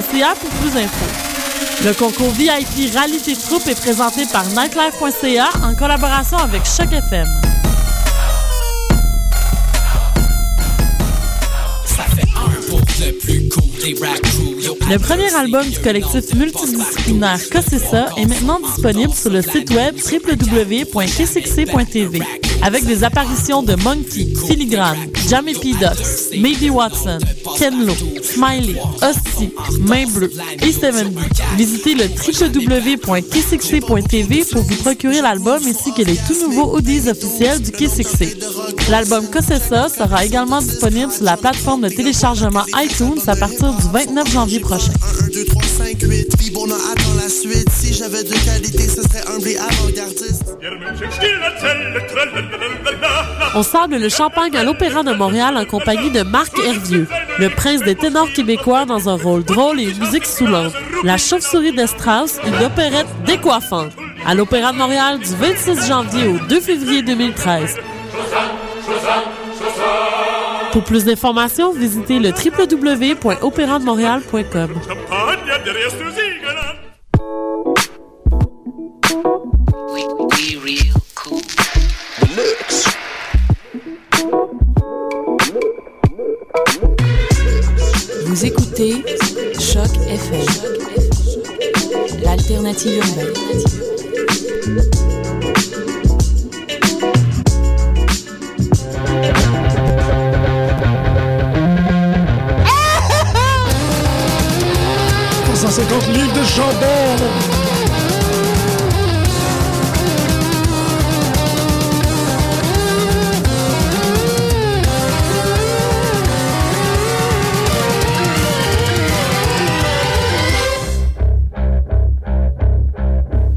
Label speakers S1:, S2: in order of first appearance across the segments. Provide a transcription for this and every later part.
S1: nightlife.ca pour plus d'infos. Le concours VIP Rallye tes troupes est présenté par nightlife.ca en collaboration avec Choc FM. Le premier album du collectif multidisciplinaire Cossessa est maintenant disponible sur le site web www.kcxc.tv avec des apparitions de Monkey, Filigrane, Jamie P. Ducks, Maybe Watson, Ken Lo, Smiley, Hostie, Main Bleue et 70. Visitez le www.kcxc.tv pour vous procurer l'album ainsi que les tout nouveaux audios officiels du KCXC. L'album Cossessa sera également disponible sur la plateforme de téléchargement iTunes à partir du 29 janvier prochain.
S2: 1, 2, 3, 5, 8, Vibona attend la suite. Si j'avais deux qualités, ce serait un blé avant-gardiste.
S1: On sable le champagne à l'Opéra de Montréal en compagnie de Marc Hervieux, le prince des ténors québécois dans un rôle drôle et une musique soulante. La chauve-souris de Strauss, une opérette décoiffante. À l'Opéra de Montréal du 26 janvier au 2 février 2013. Pour plus d'informations, visitez le www.opérandemontréal.com.
S3: Vous écoutez Choc FM, l'alternative urbaine.
S4: livres de chandelle.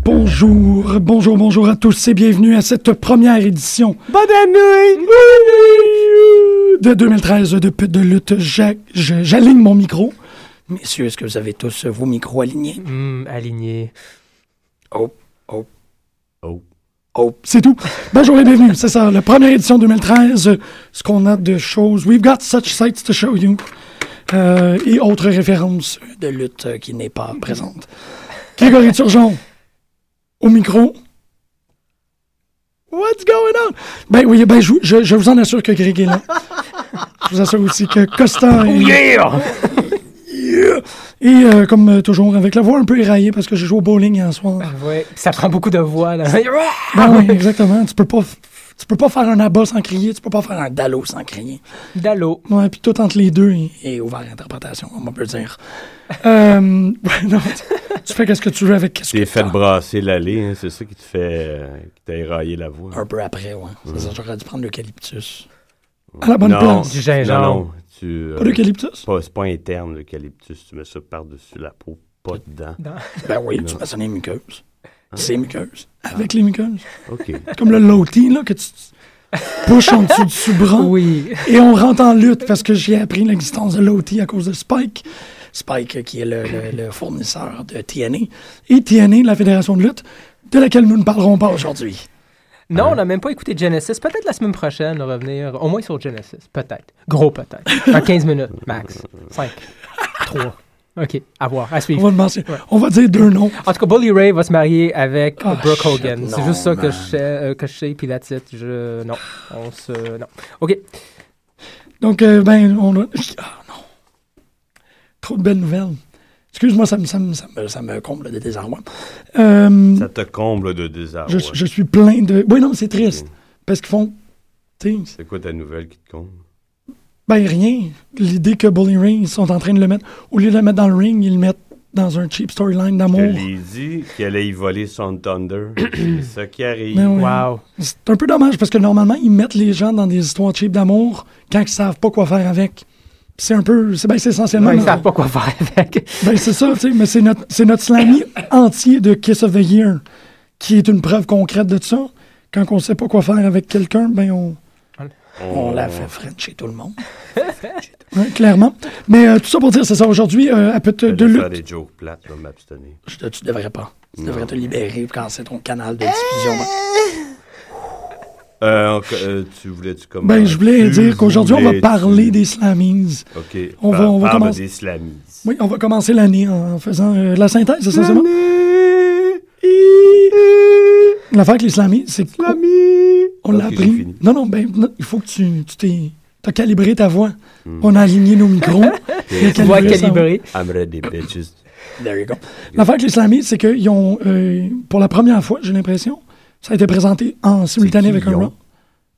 S4: Bonjour, bonjour, bonjour à tous et bienvenue à cette première édition. Bonne année! De 2013 de Pute de lutte. J'a- je- J'aligne mon micro. Messieurs, est-ce que vous avez tous euh, vos micros alignés?
S5: Hum, aligné.
S4: Oh, oh. Oh. Oh, c'est tout. Bonjour et bienvenue. C'est ça, la première édition 2013. euh, Ce qu'on a de choses. We've got such sights to show you. Euh, et autres références de lutte euh, qui n'est pas présente. Grégory Turgeon, au micro. What's going on? Ben oui, ben je, vous- je- je vous en assure que Greg est là. je vous assure aussi que Costa est Yeah! Et euh, comme euh, toujours, avec la voix un peu éraillée parce que j'ai joué au bowling hier soir.
S5: Ouais, ça prend beaucoup de voix, là.
S4: Ben oui, exactement. Tu peux pas, f- tu peux pas faire un abat sans crier, tu peux pas faire un dallo sans crier.
S5: Dallo.
S4: Ouais, puis tout entre les deux est- est ouvert à l'interprétation, on peut dire. Euh, ouais, non, tu, tu fais qu'est-ce que tu veux avec qu'est-ce que
S6: Tu t'es fait
S4: t'as.
S6: brasser l'allée, hein, c'est ça qui te fait. euh, qui t'a éraillé la voix.
S4: Un peu après, ouais. C'est ça, j'aurais dû prendre l'eucalyptus. À la bonne
S6: non,
S4: place.
S5: Du gingembre.
S6: Non, non, tu. euh,
S4: Pas l'eucalyptus?
S6: pas- c'est pas interne, l'eucalyptus. Tu mets ça par-dessus la peau, pas dedans.
S4: Ben oui, tu mets ça dans les muqueuses. C'est muqueuses. Avec les muqueuses.
S6: OK.
S4: Comme le loti, là, que tu pushes en dessous du sous-bras.
S5: Oui.
S4: Et on rentre en lutte parce que j'ai appris l'existence de l'OT à cause de Spike. Spike, euh, qui est le, le- le fournisseur de TNA. Et TNA, la fédération de lutte, de laquelle nous ne parlerons pas aujourd'hui.
S5: Non, on n'a même pas écouté Genesis. Peut-être la semaine prochaine, on va revenir au moins sur Genesis. Peut-être. Gros peut-être. Dans 15 minutes, max. 5, 3. OK, à voir, à
S4: On va,
S5: suivre.
S4: le mentionner. on va dire deux noms.
S5: En tout cas, Bully Ray va se marier avec
S4: Ah,
S5: Brooke
S4: shit,
S5: Hogan. C'est
S4: non,
S5: juste ça que
S4: man.
S5: je sais, euh, que je sais, puis that's it. Je... Non, on se... Non. OK.
S4: Donc, euh, ben, on a... Ah non. Trop de belles nouvelles. Excuse-moi, ça me, ça me, ça me- ça me comble de désarroi. Euh,
S6: Ça te comble de désarroi.
S4: je, je suis plein de... Oui, non, c'est triste. Parce qu'ils font... tu sais,
S6: C'est quoi ta nouvelle qui te comble?
S4: Ben rien. L'idée que Bully Ray, ils sont en train de le mettre, au lieu de le mettre dans le ring, ils le mettent dans un cheap storyline
S6: Que
S4: d'amour.
S6: l'ai dit qu'elle allait y voler son Thunder. c'est ça qui arrive.
S4: Ben oui.
S5: Wow.
S4: C'est un peu dommage parce que normalement, ils mettent les gens dans des histoires cheap d'amour quand ils savent pas quoi faire avec. Puis C'est un peu. C'est ben, c'est essentiellement.
S5: Ils ne
S4: notre-
S5: savent pas quoi faire avec.
S4: Ben, c'est ça, tu sais, mais c'est notre, c'est notre slammy entier de Kiss of the Year qui est une preuve concrète de ça. Quand on sait pas quoi faire avec quelqu'un, ben on. On la
S6: Oh.
S4: fait French chez tout le monde. Ouais, clairement. Mais euh, tout ça pour dire, c'est ça. Aujourd'hui, euh, à peu de,
S6: Je
S4: de
S6: vais faire
S4: lutte.
S6: des jokes plates, je vais m'abstenir.
S4: Je te- tu devrais pas. Tu devrais
S6: Non.
S4: te libérer quand c'est ton canal de diffusion.
S6: Euh, en- euh, tu voulais-tu commencer?
S4: Ben, je voulais
S6: Tu
S4: dire qu'aujourd'hui, on va
S6: voulais-tu-
S4: parler des slammies.
S6: OK.
S4: On
S6: On
S4: va-
S6: va,
S4: on va
S6: parle
S4: commencer.
S6: des slamies.
S4: Oui, on va commencer l'année en faisant euh, la synthèse, essentiellement. L'affaire avec les slamis, c'est qu'on on l'a
S6: Ok, j'ai
S4: appris.
S6: fini.
S4: Non, non, ben, non, il faut que tu tu t'es... T'as calibré ta voix. On a aligné nos micros. Il a
S5: Tu vois
S4: sa voix.
S5: calibrer.
S6: I'm ready, bitches.
S4: L'affaire avec les slamis, c'est qu'ils ont, euh, pour la première fois, j'ai l'impression, ça a été présenté en simultané
S6: qui,
S4: avec un
S6: Yon?
S4: rock.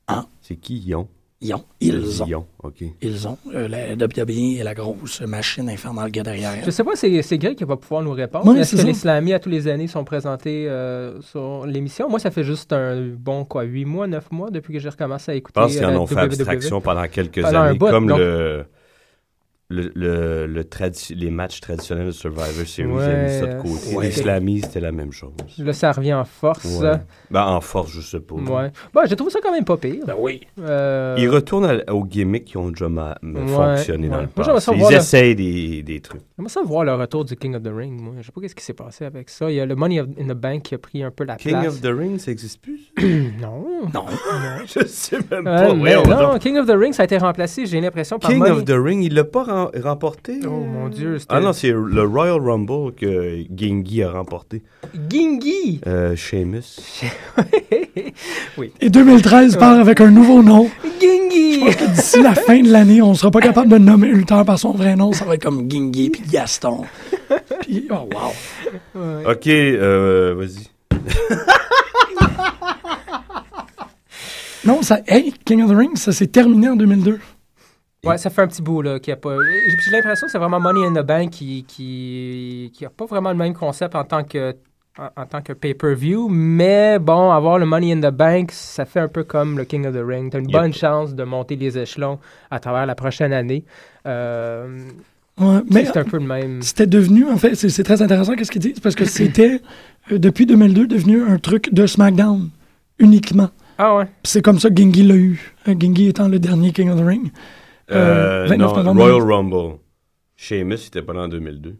S4: Hein?
S6: C'est qui Yon?
S7: Ils ont, ils ont,
S6: Yon, OK.
S7: ils ont. Euh, la WWE et la grosse machine infernale qu'il y a derrière elle.
S5: Je sais pas, c'est c'est Greg qui va pouvoir nous répondre.
S4: Oui,
S5: Est-ce
S4: c'est
S5: que
S4: ça.
S5: les slamis à tous les années sont présentés euh, sur l'émission? Moi, ça fait juste un bon, quoi, 8 mois, 9 mois depuis que j'ai recommencé à
S6: Je
S5: écouter.
S6: pense qu'ils en
S5: euh,
S6: ont fait
S5: WWE.
S6: abstraction pendant quelques
S5: Pendant un
S6: années,
S5: bout,
S6: comme
S5: donc.
S6: le, le, le, le tradi- les matchs traditionnels de Survivor Series.
S5: Ouais,
S6: ils ont mis ça de côté.
S5: ouais.
S6: Les Slamis, c'était la même chose.
S5: Là, ça revient en force.
S6: Ouais. Ben, en force, je sais pas.
S5: Ouais. Bon, j'ai trouvé ça quand même pas pire.
S7: Ben oui.
S5: Euh,
S6: Ils retournent à- aux gimmicks qui ont déjà ma- ma-
S5: Ouais,
S6: fonctionné
S5: ouais.
S6: dans le
S5: Moi, j'aimerais
S6: passé.
S5: savoir,
S6: Ils
S5: là-
S6: essayent des, des trucs.
S5: J'aimerais ça voir le retour du King of the Ring. Moi, je sais pas qu'est-ce qui s'est passé avec ça. Il y a le Money of- in the Bank qui a pris un peu la
S6: King
S5: place.
S6: of Oh, the Ring, ça existe plus?
S5: Non.
S7: Non.
S6: je sais même
S5: Euh,
S6: pas.
S5: mais
S6: Ouais, on
S5: non,
S6: va-
S5: King of the Ring, ça a été remplacé, j'ai l'impression, par
S6: King
S5: Money...
S6: of the Ring, il l'a pas rem- remporté?
S5: Oh mon dieu, c'était
S6: Ah non, c'est le Royal Rumble que Gingy a remporté.
S5: Gingy!
S6: Euh, Sheamus.
S4: Et 2013 part avec un nouveau nom.
S5: Gingy!
S4: D'ici la fin de l'année, on sera pas capable de nommer le lutteur par son vrai nom.
S7: Ça va être comme Guinguet puis Gaston.
S4: Puis, oh, wow.
S6: Ok, euh, vas-y.
S4: Non, ça, hey, King of the Ring, ça s'est terminé en 2002.
S5: Ouais, ça fait un petit bout, là, qu'il y a pas... J'ai j'ai l'impression que c'est vraiment Money in the Bank qui, qui... qui a pas vraiment le même concept en tant que... En, en tant que pay-per-view, mais bon, avoir le Money in the Bank, ça fait un peu comme le King of the Ring. T'as une
S6: Yep.
S5: bonne chance de monter les échelons à travers la prochaine année. Euh,
S4: Ouais, mais
S5: c'est un peu le même.
S4: c'était devenu, en fait, c'est c'est très intéressant qu'est-ce qu'ils disent, parce que c'était, euh, depuis 2002, devenu un truc de SmackDown, uniquement.
S5: Ah ouais.
S4: Puis C'est comme ça que Gingy l'a eu, euh, Gingy étant le dernier King of the Ring. Euh,
S6: Euh,
S4: 29
S6: non,
S4: novembre.
S6: Royal Rumble. Sheamus, c'était pas là en 2002.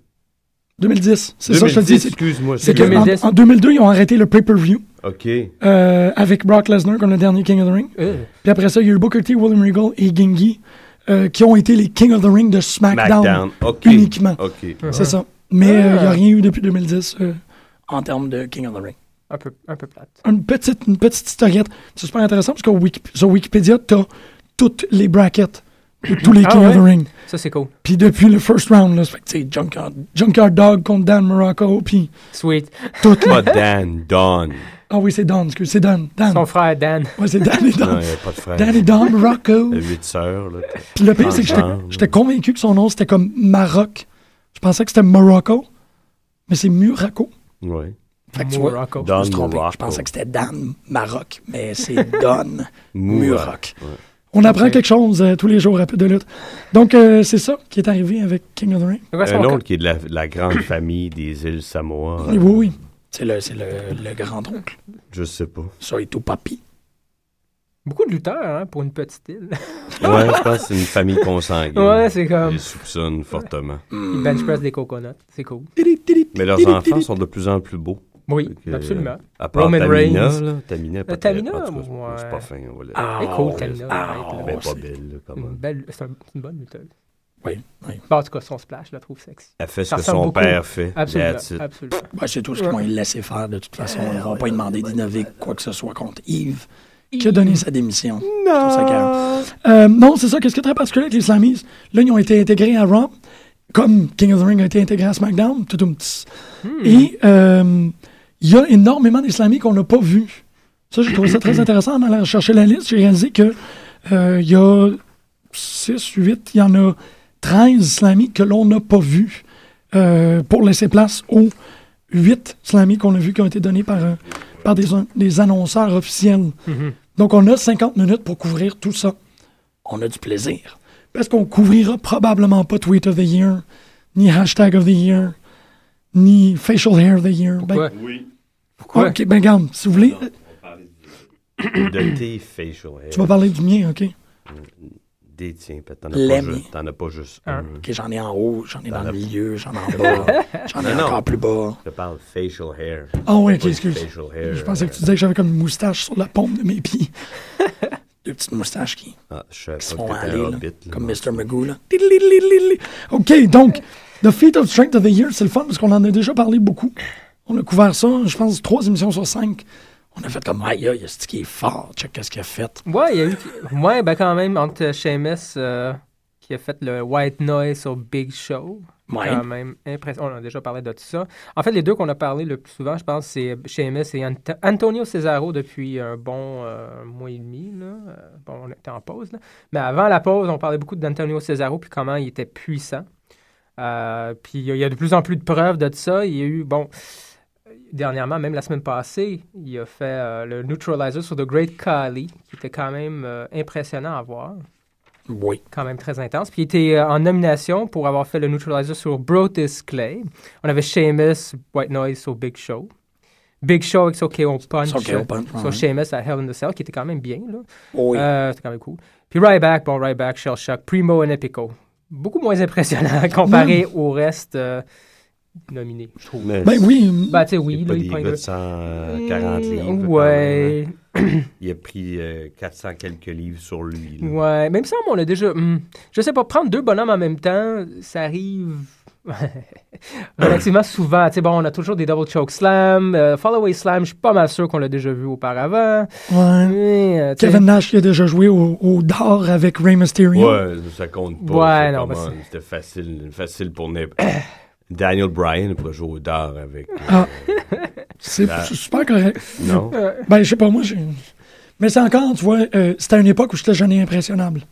S4: 2010, c'est ça, je te le dis.
S6: 2010,
S4: c'est-
S6: Excuse-moi,
S4: C'est que
S5: 2010.
S4: en, en 2002, ils ont arrêté le pay-per-view
S6: Ok.
S4: euh, avec Brock Lesnar comme le dernier King of the Ring.
S5: Euh,
S4: Puis après ça, il y a eu Booker T, William Regal et Gingy euh, qui ont été les King of the Ring de SmackDown.
S6: McDown. Ok.
S4: Uniquement.
S6: Ok.
S4: C'est ça. Mais euh, il n'y a rien eu depuis 2010. euh,
S7: En termes de King of the Ring.
S5: un, peu, un peu plate.
S4: une petite, une petite historiette. C'est super intéressant parce que Wiki- sur Wikipédia, tu as toutes les brackets de tous les
S5: Ah
S4: King of the
S5: ouais?
S4: Ring.
S5: Ça, c'est cool.
S4: Puis depuis le first round, là, ça fait que, tu sais, Junkyard, Junkyard Dog contre Dan Morocco, puis
S5: Sweet.
S4: toutes les...
S6: Pas Dan, Don.
S4: Ah oui, c'est Don, excuse, c'est Don. Dan.
S5: Son frère Dan.
S4: Ouais, c'est Dan et Don.
S6: Non, il n'y a pas de frère.
S4: Dan et Don Morocco.
S6: Il y a huit sœurs, là.
S4: Puis le pire, c'est que j'étais-
S6: Ensemble.
S4: j'étais convaincu que son nom, c'était comme Maroc. Je pensais que c'était Morocco, mais c'est Muraco.
S6: Ouais.
S4: Oh,
S7: Fait que Ah, tu vois,
S5: Morocco.
S7: je me
S6: Don
S7: suis trompé.
S6: Morocco.
S7: Je pensais que c'était Dan Maroc, mais c'est Don Muroc.
S4: On apprend quelque chose euh, tous les jours à peu de lutte. Donc, euh, c'est ça qui est arrivé avec King of the Ring.
S5: Pourquoi est-ce
S6: Un
S5: qu'on-
S6: autre qui est de la, de la grande famille des îles Samoa.
S4: Oui, oui.
S7: C'est le, c'est le, le grand-oncle.
S6: Je sais pas. Ouais,
S7: Ça et tout papi.
S5: Beaucoup de lutteurs, hein, pour une petite île.
S6: je pense que c'est une famille consanguine.
S5: ouais, c'est comme.
S6: Ils soupçonnent fortement.
S5: Ils bench press des coconuts. C'est cool.
S6: Mais leurs enfants sont de plus en plus beaux.
S5: Oui,
S6: Fait que-
S5: absolument.
S6: À part
S5: Roman
S6: Tamina,
S5: Reigns.
S6: là. Tamina, est pas
S5: Euh, Tamina,
S6: très- en tout cas, c'est-
S5: ouais.
S6: C'est pas fin, on va le-
S5: Elle est cool, Tamina. arrête, là.
S6: Elle est
S5: C'est
S6: pas belle, là, quand
S5: une
S6: même.
S5: belle- C'est un- c'est une bonne lutteuse.
S7: Oui, oui.
S5: Bon, en tout cas, son splash, je la trouve sexy.
S6: Elle fait ce
S5: Ça
S6: que son
S5: ressemble beaucoup.
S6: père fait.
S5: Absolument.
S6: That's it.
S5: absolument.
S7: Ouais, c'est tout ce qu'ils vont lui laisser faire de toute façon. Ils vont pas lui demander d'innover quoi que ce soit contre Yves, qui a donné sa démission. Non.
S4: Euh, non, c'est ça. Qu'est-ce qui est très particulier avec les Slamis? Là, ils ont été intégrés à Raw, comme King of the Ring a été intégré à SmackDown. tout un petit.
S7: Hmm.
S4: Et euh, il y a énormément d'Islamis qu'on n'a pas vus. Ça, j'ai trouvé ça très intéressant. En allant chercher la liste, j'ai réalisé que euh, il y a 6, 8, il y en a 13 Islamis que l'on n'a pas vus euh, pour laisser place aux 8 Islamis qu'on a vus qui ont été donnés par, euh, par des, des annonceurs officiels.
S7: Mm-hmm.
S4: Donc, on a 50 minutes pour couvrir tout ça.
S7: On a du plaisir.
S4: Parce qu'on couvrira probablement pas Tweet of the Year, ni Hashtag of the Year, ni Facial Hair of the Year.
S5: Pourquoi?
S4: Ben,
S5: Pourquoi?
S4: Ok, ben garde, si vous voulez,
S6: De tes facial hair.
S4: tu vas parler du mien, ok?
S6: Des tiens, peut-être. T'en as,
S7: Les
S6: pas ju-
S7: miens.
S6: t'en as pas juste
S5: Un.
S6: un.
S7: Ok, j'en ai en haut, j'en ai dans le milieu, j'en ai en bas, j'en ai
S6: Non, non.
S7: encore plus bas.
S6: Je te parle facial hair.
S4: Ah oui, ok,
S6: Pas
S4: excuse.
S6: Facial hair.
S4: Je pensais que tu disais que j'avais comme une moustache sur la pompe de mes pieds.
S7: Deux petites moustaches qui,
S6: Ah, je
S7: qui
S6: savais
S7: se
S6: pas
S7: font
S6: que t'étais
S7: aller,
S6: un
S7: là,
S6: hobbit, là.
S7: comme Mr. Magoo. Là.
S4: Ok, donc, The Feat of Strength of the Year, c'est le fun parce qu'on en a déjà parlé beaucoup. On a couvert ça, je pense, trois émissions sur cinq.
S7: On a fait comme, aïe, aïe, c'est qui est fort, check qu'est-ce qu'il a fait.
S5: Ouais, il y a eu. Ouais, ben quand même, entre Seamus euh, qui a fait le White Noise sur Big Show.
S7: Ouais.
S5: Quand même impressionnant. On a déjà parlé de tout ça. En fait, les deux qu'on a parlé le plus souvent, je pense, c'est Seamus et Ant- Antonio Cesaro depuis un bon euh, mois et demi. Là. Euh, Bon, on était en pause. là. Mais avant la pause, on parlait beaucoup d'Antonio Cesaro puis comment il était puissant. Euh, puis il y, a- il y a de plus en plus de preuves de ça. Il y a eu, bon, dernièrement, même la semaine passée, il a fait euh, le Neutralizer sur The Great Khali, qui était quand même euh, impressionnant à voir
S7: Oui.
S5: quand même très intense. Puis il était euh, en nomination pour avoir fait le Neutralizer sur Brotus Clay. On avait Seamus, White Noise sur Big Show. Big Show avec son KO Punch.
S7: Son KO punch,
S5: euh,
S7: ouais.
S5: sur
S7: Oh
S5: Seamus à Hell in the Cell, qui était quand même bien. Là.
S7: Oui.
S5: Euh, c'était quand même cool. Puis Ryback, bon, Ryback, Shell Shock, Primo et Epico. Beaucoup moins impressionnant comparé au reste euh, nominé, je trouve.
S6: Mais
S4: Ben oui, hum,
S5: Bah, tu sais, oui,
S6: il
S5: là,
S6: pas
S5: il
S6: des
S5: pointe Mm,
S6: gars de 140 livres. quand même, hein.
S5: Hmm, Ouais.
S6: Il a pris euh, 400 quelques livres sur lui. là.
S5: Ouais, même ça, on l'a déjà. hmm, je sais pas, prendre deux bonhommes en même temps, ça arrive relativement souvent. Tu sais, bon, on a toujours des double choke slam, euh, follow-away slam, je suis pas mal sûr qu'on l'a déjà vu auparavant.
S6: Ben,
S4: ouais.
S5: Mais, euh, tu sais,
S4: Kevin Nash qui a déjà joué au, au d'or avec Rey Mysterio.
S6: Ouais, ça compte pas.
S5: Ouais,
S6: c'est
S5: non,
S6: comme
S5: bah,
S6: un-
S5: c'est-
S6: C'était facile, facile pour n'importe Daniel Bryan pourrait jouer au d'or avec. euh,
S4: Ah. C'est
S6: La-
S4: c'est super correct.
S6: non?
S4: Ben, je sais pas, moi, j'ai. Mais c'est encore, tu vois, euh, c'était une époque où j'étais jeune et impressionnable.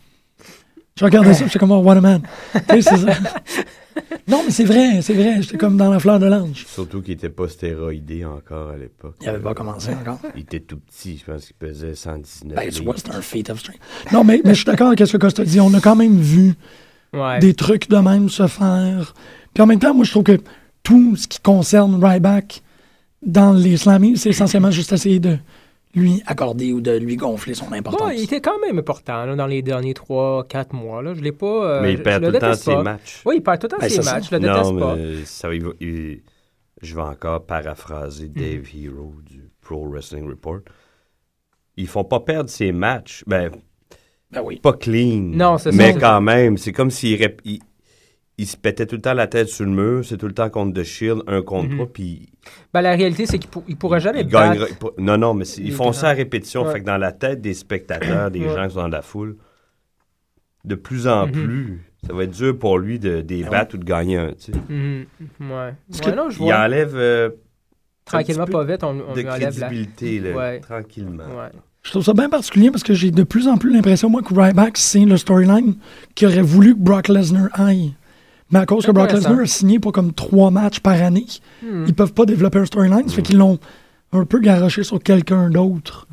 S4: Je regardais ça, j'étais comme, oh, what a man. Tu sais, c'est ça. Non, mais c'est vrai, c'est vrai. J'étais comme dans la fleur de l'ange.
S6: Surtout qu'il n'était pas stéroïdé encore à l'époque.
S7: Il avait pas commencé encore.
S6: Il était tout petit, je pense qu'il pesait 119
S7: Ben, tu
S6: livres.
S7: vois, c'est un feat of strength.
S4: Non, mais, mais je suis d'accord avec ce que Costa dit. On a quand même vu
S5: ouais.
S4: des trucs de même se faire. Puis en même temps, moi, je trouve que tout ce qui concerne Ryback dans les slammies, c'est essentiellement juste essayer de lui.
S7: Accordé ou de lui gonfler son importance.
S5: Ouais, il était quand même important là, dans les derniers 3-4 mois. Là. Je l'ai pas. euh,
S6: Mais
S5: je- je
S6: il perd tout le temps
S5: déteste
S6: ses
S5: pas.
S6: matchs.
S5: Oui, il perd tout le temps
S7: Ben,
S5: ses
S7: c'est ça.
S5: matchs, je le déteste
S6: non,
S5: pas.
S6: mais ça, va- il va- il- je vais encore paraphraser Dave Hero du Pro Wrestling Report. Ils font pas perdre ses matchs. Ben,
S7: Ben oui.
S6: pas clean.
S5: Non, c'est ça.
S6: Mais
S5: C'est
S6: quand même, c'est comme s'il rép- il, il se pétait tout le temps la tête sur le mur, c'est tout le temps contre The Shield, un contre
S5: Mhm.
S6: trois, puis
S5: Ben, la réalité, c'est qu'il pour- il pourra jamais
S6: ils
S5: battre.
S6: gagneraient pas- Non, non, mais c'est- ils
S5: Les
S6: font ça à
S5: grands.
S6: répétition.
S5: Ouais.
S6: Fait que dans la tête des spectateurs, des
S5: Ouais.
S6: gens qui sont dans la foule, de plus en
S5: Mhm. Ben
S6: plus, ça va être dur pour lui de débattre ou de gagner un. tu sais.
S5: Mhm. Ouais.
S4: Parce
S5: Ouais,
S4: que
S5: non, je
S6: Il
S5: vois.
S6: enlève euh,
S5: Tranquillement,
S6: un petit
S5: pas vite, on, on
S6: de
S5: lui enlève la.
S6: crédibilité, là,
S5: Ouais.
S6: tranquillement.
S5: Ouais.
S4: Je trouve ça bien particulier parce que j'ai de plus en plus l'impression, moi, que Ryback, c'est le storyline qui aurait voulu que Brock Lesnar aille. Mais à cause que Brock
S5: Intéressant.
S4: Lesnar a signé pour comme trois matchs par année,
S5: Hmm.
S4: ils peuvent pas développer un storyline.
S6: Hmm.
S4: Ça fait qu'ils l'ont un peu garoché sur quelqu'un d'autre.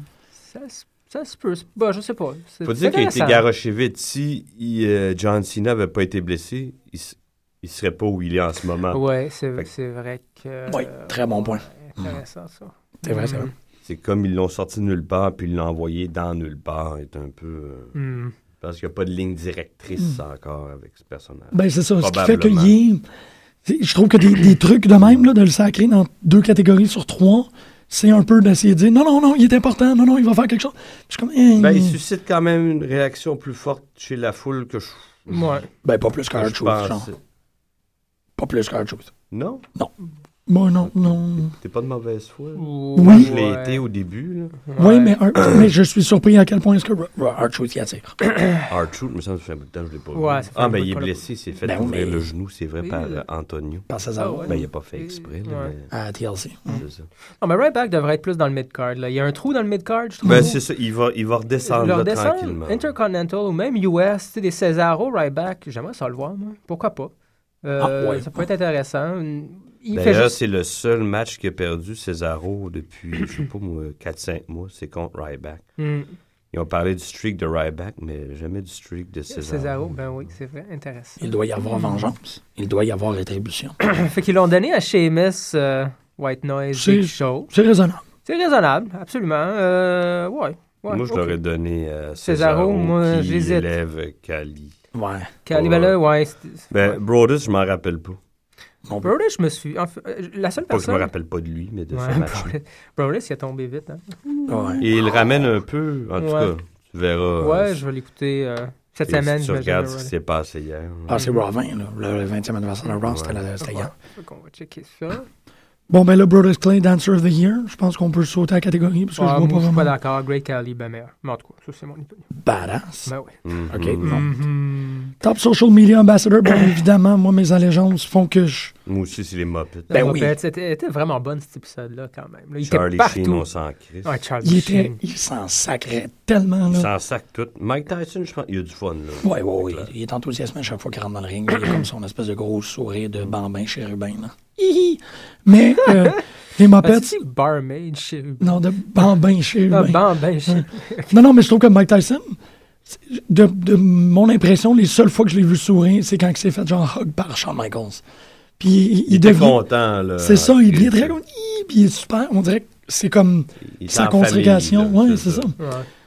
S5: Ça, se- ça se peut. C'est- bah, je sais pas. C'est
S6: Faut
S5: c'est
S6: dire qu'il a été
S5: intéressant.
S6: garoché vite. Si il, euh, John Cena n'avait pas été blessé, il, s- il serait pas où il est en ce moment.
S5: Ouais,
S6: Fait
S5: c'est
S6: que-
S5: c'est vrai que.
S7: Oui,
S5: euh,
S7: très bon point.
S5: Intéressant, ça.
S7: C'est vrai, c'est vrai.
S6: C'est comme ils l'ont sorti de nulle part puis ils l'ont envoyé dans nulle part. est un peu euh,
S5: Hmm.
S6: parce qu'il n'y a pas de ligne directrice
S5: Mm.
S6: encore avec ce personnage.
S4: Ben, c'est ça. Ce qui fait
S6: Probablement.
S4: qu'il y est- c'est- Je trouve que des, des trucs de même, là, de le sacrer dans deux catégories sur trois, c'est un peu d'essayer de dire non, non, non, il est important, non, non, il va faire quelque chose. Je suis comme. eh,
S6: Ben,
S4: eh.
S6: il suscite quand même une réaction plus forte chez la foule que je,
S5: Ouais.
S7: Ben, pas plus
S6: que
S7: qu'un
S6: je
S7: autre chose, genre.
S6: pense.
S7: Pas plus qu'un autre chose.
S6: Non,
S4: Bon, Ben, non, non.
S6: t'es pas de mauvaise foi.
S5: Oui.
S6: Je l'ai été au début.
S4: Oui, mais, un- mais je suis surpris à quel point est-ce que. Ro-
S7: Ouais, Autre chose qui attire.
S6: Arthur, me semble que ça fait un bout de temps que je l'ai pas vu.
S5: Ouais, ça fait un
S6: ah, ben
S5: bout
S6: il est
S5: qu'on l'a-
S6: blessé, c'est fait
S7: Ben,
S6: ouvrir
S7: mais-
S6: le genou, c'est vrai,
S5: Oui.
S6: par euh, Antonio.
S7: Par ça,
S5: Ah ouais.
S6: Ben, il n'a pas fait exprès. là,
S5: Ouais.
S6: mais-
S7: À TLC.
S6: C'est ça.
S5: Non, Ah, mais Ryback devrait être plus dans le mid-card. là. Il y a un trou dans le mid-card, je trouve.
S6: Ben, c'est ça, il va, il va redescendre
S5: Leur
S6: là,
S5: descente,
S6: tranquillement.
S5: Intercontinental ou même US, tu sais, des Cesaro, Ryback, j'aimerais ça le voir, moi. Pourquoi pas? Euh,
S7: Ah, ouais.
S5: Ça peut être intéressant. Il fait
S6: D'ailleurs,
S5: juste...
S6: c'est le seul match qu'il a perdu Cesaro depuis, je sais pas moi, 4-5 mois, c'est contre Ryback.
S5: Hmm.
S6: Ils ont parlé du streak de Ryback, mais jamais du streak de Cesaro.
S5: Cesaro, ben oui, c'est vrai, intéressant.
S7: Il doit y avoir vengeance. Il doit y avoir rétribution.
S5: fait qu'ils l'ont donné à Sheamus, euh, White Noise,
S4: C'est-
S5: Big Show.
S4: C'est raisonnable.
S5: C'est raisonnable, absolument. Euh, ouais, ouais.
S6: moi, je
S5: ok.
S6: l'aurais donné à
S5: Cesaro,
S6: Cesaro,
S5: moi,
S6: qui
S5: j'hésite.
S6: élève Kali.
S7: Ouais.
S5: Cali- ben là, ouais. c'est- c'est-
S6: Ben,
S5: ouais.
S6: Brodus, je m'en rappelle pas.
S7: Non,
S5: Brody, je me suis. en fait, euh, la seule
S6: Pas que je
S5: personne.
S6: me rappelle pas de lui, mais de ce
S5: Ouais,
S6: match.
S5: Brody- Brody, il a tombé vite. hein.
S7: ouais.
S6: Et il ramène un peu, en tout
S5: Ouais.
S6: cas. Tu verras.
S5: Ouais,
S6: euh,
S5: je vais l'écouter. euh. Cette
S6: Et
S5: semaine,
S6: si tu
S5: j'imagine,
S6: regardes
S5: le
S6: ce qui
S5: Raw.
S6: s'est passé hier.
S7: Ah, c'est Raw 20, là. le 20e anniversaire de Raw, c'était la- c'était hier.
S5: Fait qu'on va checker ça.
S4: Bon, ben là, Brodus Clay, Dancer of the Year, je pense qu'on peut sauter à la catégorie parce que je
S5: Ah, moi,
S4: vois
S5: je
S4: pas
S5: suis pas
S4: vraiment.
S5: d'accord. Great Cali, ben meilleur. Mais en tout cas, ça, c'est mon opinion.
S7: Badass.
S5: Ben oui.
S7: OK,
S6: Mhm.
S7: bon.
S5: Mhm.
S4: Top Social Media Ambassador, bien évidemment, moi, mes allégeances font que je.
S6: Moi aussi, c'est les Muppets.
S5: La
S7: oui.
S5: Muppets était, était vraiment bonne, cet épisode-là, quand même. là. il
S6: Charlie
S5: était partout.
S6: Sheen, on s'en crisse.
S5: Ouais, Charlie
S4: Il
S5: Sheen.
S4: était
S7: Il s'en sacrait.
S4: tellement
S6: Ils
S4: là.
S6: s'en sac tout. Mike Tyson, je pense, il a du fun, là.
S7: Ouais, ouais, ouais. Il est enthousiasmé à chaque fois qu'il rentre dans le ring. là. Il a comme son espèce de gros sourire de bambin chérubin, là. Hihi.
S4: Mais euh, les
S5: Ah,
S4: Muppets,
S5: c'est barmaid chez
S4: non, de bambin
S5: Ah,
S4: chérubin.
S5: ben, ben, chez-
S4: Non, non, mais je trouve que Mike Tyson, c'est- de, de mon impression, les seules fois que je l'ai vu sourire, c'est quand il s'est fait genre hug par Shawn Michaels. Puis il, il
S6: Il était euh,
S4: devient.
S6: content, là.
S4: C'est ça, il est très con- Hi, Puis il est super. On dirait que c'est comme
S6: Il est
S4: sa
S6: en famille,
S4: congrégation.
S6: là,
S4: Ouais, c'est ça.
S5: Ouais.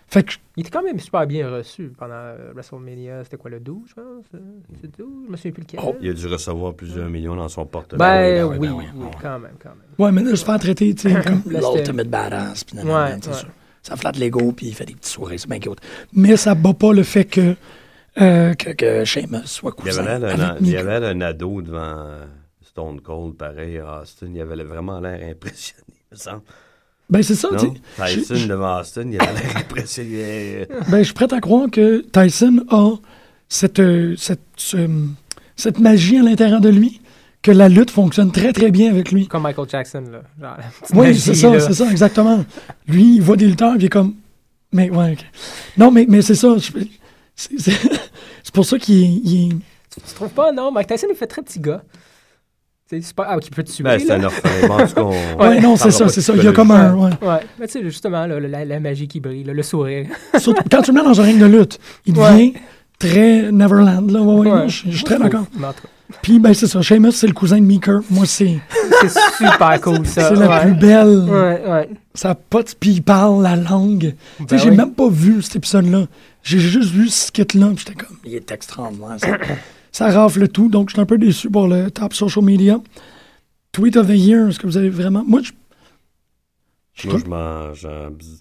S4: Fait que
S5: Il était quand même super bien reçu pendant euh, WrestleMania. C'était quoi, le 12, je pense? euh, C'est le 12? Je me souviens plus lequel.
S6: Il a dû recevoir plusieurs millions dans son portefeuille.
S5: ben,
S7: oui,
S5: oui,
S7: ben
S5: oui,
S7: oui,
S4: E,
S7: ben oui.
S5: quand même, quand même.
S4: Ouais, mais là, je fais traiter, tu sais, comme...
S5: Là, c'était-
S7: L'ultimate badass, puis nan, nan,
S5: Ouais,
S7: nan, c'est
S5: ouais.
S7: sûr. Ça flatte l'ego, puis il fait des petits sourires. C'est bien cute.
S4: Mais ça bat pas le fait que... euh, que-
S7: Que, que Sheamus soit
S6: Il y
S7: cousin
S6: avait l'air d'un-
S7: avec
S6: il y
S7: Mick.
S6: avait l'air d'un ado devant euh, Stone Cold, pareil, Austin. Il avait vraiment l'air impressionné, il me semble.
S4: Ben, c'est ça, tu
S6: Non?
S4: sais.
S6: Tyson
S4: je-
S6: devant Austin, il avait l'air impressionné.
S4: Ben, je suis prêt à croire que Tyson a cette, euh, cette, ce- cette magie à l'intérieur de lui, que la lutte fonctionne très, très bien avec lui.
S5: Comme Michael Jackson, là. Genre, la petite
S4: Oui,
S5: magie,
S4: c'est ça,
S5: là.
S4: c'est ça, exactement. Lui, il voit des lutteurs, puis il est comme... Mais, ouais, ok. Non, mais, mais c'est ça. je- C'est c'est- c'est pour ça qu'il est- il est...
S5: Tu trouves pas, non? Mike Tyson, il fait très petit gars. C'est super. Ah, qui peut te tuer.
S6: Ben, c'est
S5: là.
S6: un orphelin. Bon, en tout cas, on-
S4: Ouais,
S6: on
S4: non,
S6: parlera
S4: c'est ça,
S6: pas
S4: c'est
S6: de
S4: ça. Il y a comme un... ouais.
S5: Ouais, mais tu sais, justement, là, la, la magie qui brille, là, le sourire.
S4: Surtout quand tu me mets dans un ring de lutte, il devient
S5: Ouais.
S4: très Neverland. Là, ouais, ouais, non,
S5: Ouais.
S4: je je suis très
S5: Moi, je
S4: d'accord.
S5: trouve. Mais en tout cas,
S4: Puis, ben, c'est ça. Seamus, c'est le cousin de Meeker. Moi, c'est
S5: C'est super cool, ça.
S4: c'est la
S5: ouais.
S4: plus belle.
S5: Ouais, ouais.
S4: Ça a pas de- Puis, il parle la langue. tu sais,
S5: Ben
S4: j'ai
S5: oui.
S4: même pas vu cet épisode-là. J'ai juste vu ce kit-là. Puis, j'étais comme.
S7: Il est extraordinaire. ça.
S4: Ça rafle tout. Donc, je suis un peu déçu pour le top social media. Tweet of the year, est-ce que vous avez vraiment. Moi, je.
S6: Moi, je mange euh, un bzz.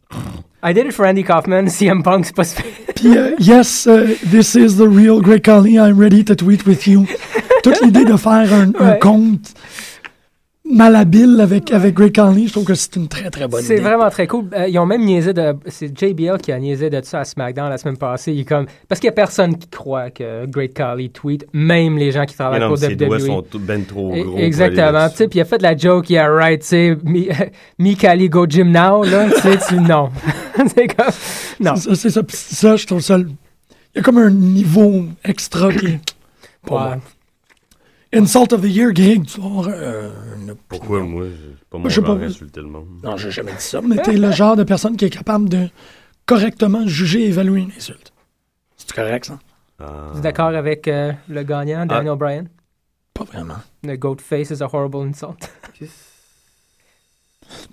S5: I did it for Andy Kaufman, CM Punk, c'est pas super.
S4: Puis, euh, yes, euh, this is the real Greg Collie. I'm ready to tweet with you. Toute l'idée de faire un, un
S5: Ouais.
S4: compte malhabile avec, avec Greg Conley, je trouve que c'est une très, très bonne idée.
S5: C'est vraiment très cool. Euh, ils ont même niaisé de. C'est JBL qui a niaisé de ça à SmackDown la semaine passée. Il est comme. Parce qu'il n'y a personne qui croit que Great Khali tweet, même les gens qui travaillent
S6: Non, mais
S5: pour
S6: ses
S4: E.
S6: doigts sont
S5: WWE.
S6: tout- ben trop
S5: Et-
S6: gros.
S5: Exactement. Tu sais, puis il a fait la joke, yeah, right, tu sais, me, me Khali go gym now, là. Tu sais, tu- non. c'est comme. Non.
S4: Ça, c'est ça. Puis ça, je trouve ça. le- Il y a comme un niveau extra qui est.
S5: Ouais.
S4: Insult of the year, Greg, tu vas avoir, euh,
S7: Euh, une-
S6: Pourquoi moi, c'est pas moi
S4: Je sais
S6: qui
S4: pas.
S6: insulter le monde.
S7: Non, j'ai jamais dit ça.
S4: ça, mais t'es le genre de personne qui est capable de correctement juger et évaluer une insulte.
S7: C'est correct, ça?
S6: Ah.
S5: Je suis d'accord avec euh, le gagnant, Daniel Bryan.
S7: Pas vraiment.
S5: The goat face is a horrible insult.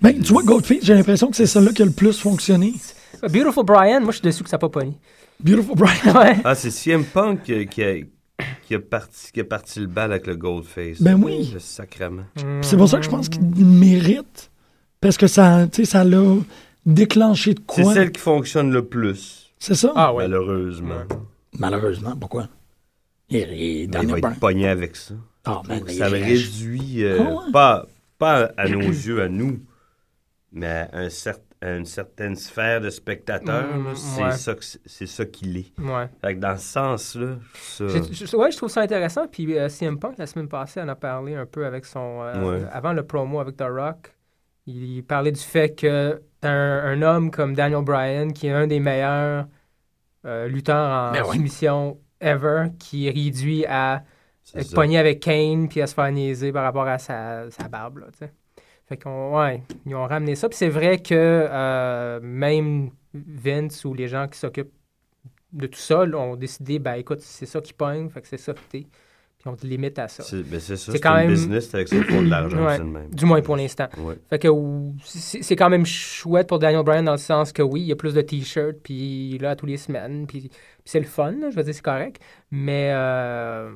S4: Ben, tu vois, Goldfish, j'ai l'impression que c'est celle-là qui a le plus fonctionné.
S5: Beautiful Brian, moi je suis déçu que ça n'a pas pogné.
S4: Beautiful Brian.
S5: Ouais.
S6: Ah, c'est CM Punk qui a, qui a- qui a parti, qui a parti le bal avec le Goldface.
S4: Ben oui. Mmh.
S6: Le sacrement.
S4: Puis C'est pour ça que je pense qu'il mérite. Parce que ça, tu sais, ça l'a déclenché de
S6: C'est
S4: quoi.
S6: celle qui fonctionne le plus,
S4: C'est ça?
S5: Ah ouais.
S6: malheureusement.
S7: Malheureusement, pourquoi? Il est
S6: Ben, il va
S7: dernier
S6: être pogné avec ça.
S7: Ah, man, il
S6: ça
S7: réagit.
S6: réduit, euh,
S7: Ah,
S6: pas, pas à nos yeux, à nous, mais à, un cer- à une certaine sphère de spectateurs.
S5: Mm,
S6: là, c'est
S5: ouais.
S6: ça que c'est- c'est ça qu'il est.
S5: Ouais.
S6: Fait que dans ce sens-là, ça...
S5: J'ai- je- ouais, je trouve ça intéressant. Puis euh, CM Punk, la semaine passée, en a parlé un peu avec son. euh,
S6: Ouais.
S5: Avant le promo avec The Rock, il parlait du fait que t'as un, un homme comme Daniel Bryan, qui est un des meilleurs euh, lutteurs en
S7: Ben ouais.
S5: soumission ever, qui est réduit à
S6: c'est
S5: être
S6: ça.
S5: pogné avec Kane puis à se faire niaiser par rapport à sa, sa barbe, là, tu sais. Fait qu'on, ouais, ils ont ramené ça. Puis c'est vrai que euh, même Vince ou les gens qui s'occupent de tout ça là, ont décidé, ben écoute, c'est ça qui pogne, fait que c'est ça que t'es. Puis on te limite à ça.
S6: C'est ben, c'est ça,
S5: C'est
S6: c'est
S5: quand
S6: un
S5: même-
S6: business, c'est avec ça qu'ils font de l'argent,
S5: Ouais.
S6: c'est le même.
S5: Du moins pour l'instant.
S6: Ouais.
S5: Fait que ou- c'est c'est quand même chouette pour Daniel Bryan dans le sens que oui, il y a plus de t-shirts, puis il est là tous les semaines, puis, puis c'est le fun, là, je veux dire, c'est correct. Mais euh,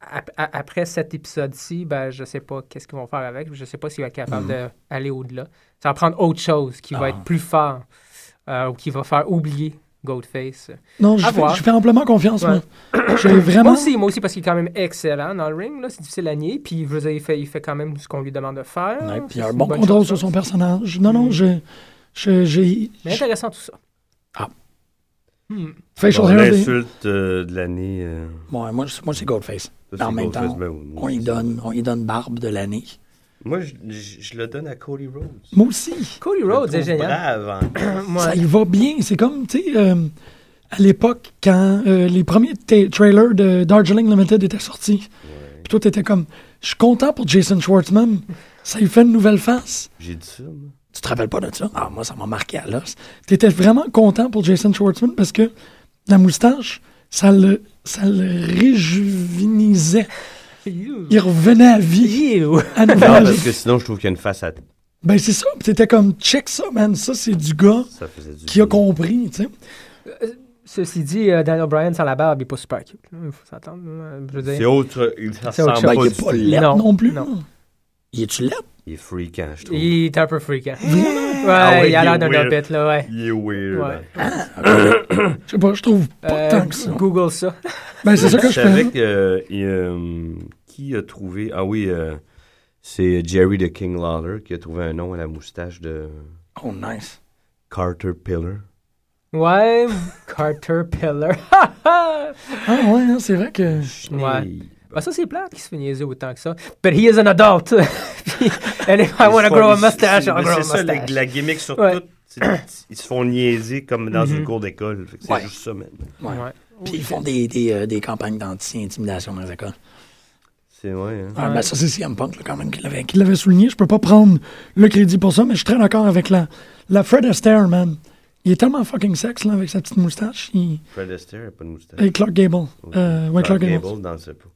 S5: ap- a- après cet épisode-ci, ben, je sais pas qu'est-ce qu'ils vont faire avec, je sais pas s'il va être capable
S7: Mm-hmm. Ah.
S5: d'aller au-delà. Ça va prendre autre chose qui va être plus fort euh, ou qui va faire oublier Goldface.
S4: Non, je
S5: À
S4: fais,
S5: voir.
S4: je fais amplement confiance,
S5: Ouais.
S4: moi. J'ai
S7: Ah
S4: vraiment.
S5: Moi aussi, moi aussi, parce qu'il est quand même excellent dans le ring. là. C'est difficile à nier. Puis, je veux dire, il fait, il fait quand même ce qu'on lui demande de faire.
S7: Ouais, puis il a
S5: C'est
S7: un
S5: une
S7: bon
S5: bonne
S4: contrôle
S5: chose,
S4: sur
S5: ça.
S4: son personnage. Non, non, j'ai. j'ai- J'ai.
S5: Mais intéressant tout ça.
S7: Ah.
S5: Hmm.
S4: Facial
S6: Bon,
S4: hair. des-
S6: L'insulte euh, de l'année. euh,
S7: Bon, moi, c'est- moi, c'est Goldface.
S6: ça,
S7: En
S6: c'est
S7: même
S6: Ghostface,
S7: temps,
S6: ben oui,
S7: On lui donne, on lui donne barbe de l'année.
S6: Moi, je, je- je le donne à Cody Rhodes.
S4: Moi aussi.
S5: Cody
S6: Je le
S5: Rhodes est
S6: trouve
S5: génial.
S6: Brave, hein.
S5: Ouais.
S4: Ça y va bien. C'est comme, tu sais, euh, à l'époque, quand euh, les premiers ta- trailers de Darjeeling Limited étaient sortis, puis toi, t'étais comme, je suis content pour Jason Schwartzman. Ça lui fait une nouvelle face.
S6: J'ai dit ça, moi.
S7: Tu te rappelles pas de ça? Ah, moi, ça m'a marqué à l'os.
S4: T'étais vraiment content pour Jason Schwartzman parce que la moustache, ça le, ça le réjuvénisait.
S5: You.
S4: Il revenait à vie.
S5: You.
S4: À nouveau.
S6: Non, parce que sinon, je trouve qu'il y a une face à.
S4: Ben, c'est ça. Puis T'étais comme, check ça, man. Ça, c'est du gars
S6: Ça faisait du.
S4: qui a
S6: bien.
S4: compris, tu sais.
S5: Ceci dit, euh, Daniel Bryan sans la barbe, il est pas super cute. là. Il faut s'attendre. euh, Je veux
S6: C'est
S5: dire.
S6: autre. Il
S5: C'est autre
S6: ressemble
S5: chose.
S7: Ben,
S6: pas.
S7: il
S6: du
S7: est pas
S6: tout.
S7: laid
S5: Non.
S7: non,
S4: Non plus.
S5: non.
S7: Il est-tu laid?
S6: Il est freakant, je trouve.
S5: Il est un peu freakant. Ouais,
S6: Ah ouais,
S5: il a
S6: il
S5: l'air
S6: est
S5: d'un
S6: weird.
S5: hobbit, là, ouais.
S6: Il est weird.
S5: Ouais.
S6: hein.
S4: Je sais pas, je trouve pas
S5: Euh,
S4: tant que ça.
S5: Google ça.
S4: Ben, c'est ça que
S6: Je
S4: je fais.
S6: savais que. euh, il, euh, qui a trouvé. Ah oui, euh, c'est Jerry the King Lawler qui a trouvé un nom à la moustache de
S7: Oh, nice.
S6: Carter Pillar.
S5: Ouais, Caterpillar.
S4: Ah ouais, hein, c'est vrai que.
S5: Ouais. Bah, ça, c'est plate qu'il se fait niaiser autant que ça. But he is an adult. Puis, and if I
S6: I
S5: want to grow a mustache, I'll grow a mustache.
S6: la gimmick sur
S5: Ouais.
S6: tout. c'est- Ils se font niaiser comme dans une cour d'école. Fait que C'est
S7: Ouais.
S6: juste ça, maintenant.
S7: Ouais.
S5: Ouais.
S7: Puis ils font des, des, euh, des campagnes d'anti-intimidation dans les écoles.
S6: C'est vrai, hein?
S7: Ah, ben, ça, c'est CM Punk, là, quand même, qui l'avait
S4: Qu'il l'avait souligné, je peux pas prendre le crédit pour ça, mais je suis très d'accord avec la, la Fred Astaire, man. Il est tellement fucking sexe, là, avec sa petite moustache. Il...
S6: Fred Astaire n'a pas de moustache.
S4: Et Clark Gable. Euh, ouais, Clark Gable.
S6: Gable dans ce pot.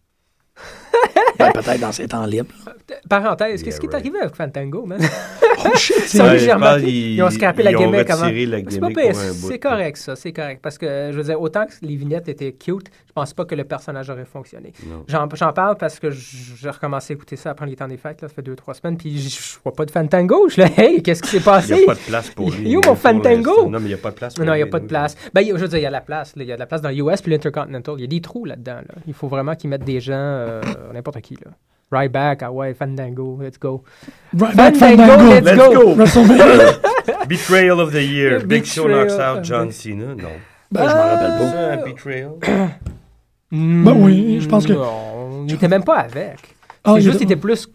S7: Ben, peut-être dans ses temps libres.
S5: Parenthèse,
S6: Yeah,
S5: qu'est-ce qui est
S6: right.
S5: arrivé avec Fantango, man?
S4: Oh shit, c'est
S5: Ça,
S4: vrai.
S5: j'ai
S6: je pense
S5: remarqué.
S6: qu'ils-
S5: Ils ont scrappé la
S6: ils ont
S5: gimmick avant.
S6: retiré la
S5: C'est pas
S6: gimmick
S5: pire,
S6: pour un bout.
S5: c'est correct ça, c'est correct. Parce que, euh, je veux dire, autant que les vignettes étaient cute, je pense pas que le personnage aurait fonctionné.
S6: Non.
S5: J'en j'en parle parce que j- j'ai recommencé à écouter ça après les temps des fêtes, là, ça fait deux, trois semaines, puis j- je vois pas de Fantango. Je suis là, hey, qu'est-ce qui s'est
S6: Il
S5: passé?
S6: n'y a pas de place pour lui.
S5: Yo, mon
S6: pour
S5: Fantango!
S6: l'instant. Non, mais il n'y a pas de place pour
S5: Non, il n'y a
S6: lui,
S5: pas de
S6: oui.
S5: place. Ben, il y a- je veux dire, il y a de la place. là. Il y a de la place dans l'US puis l'Intercontinental. Il y a des trous là-dedans. là. Il faut vraiment qu'ils mettent des gens, euh, n'importe qui. Là. Right back, ah ouais, Fandango, let's go.
S4: Right back,
S5: Fandango, let's
S6: Let's
S5: go!
S6: go!
S4: WrestleMania.
S6: Betrayal of the Year. Big Show
S5: Betrayal
S6: knocks
S5: of the-
S6: out
S5: Bah,
S6: John Cena. Non.
S7: Ben, je m'en rappelle pas.
S6: Ça, un betrayal.
S4: Ben oui, je pense que-
S5: Non, il était même pas avec.
S4: Ah,
S5: c'est
S4: il
S5: juste,
S4: était-
S5: il était plus.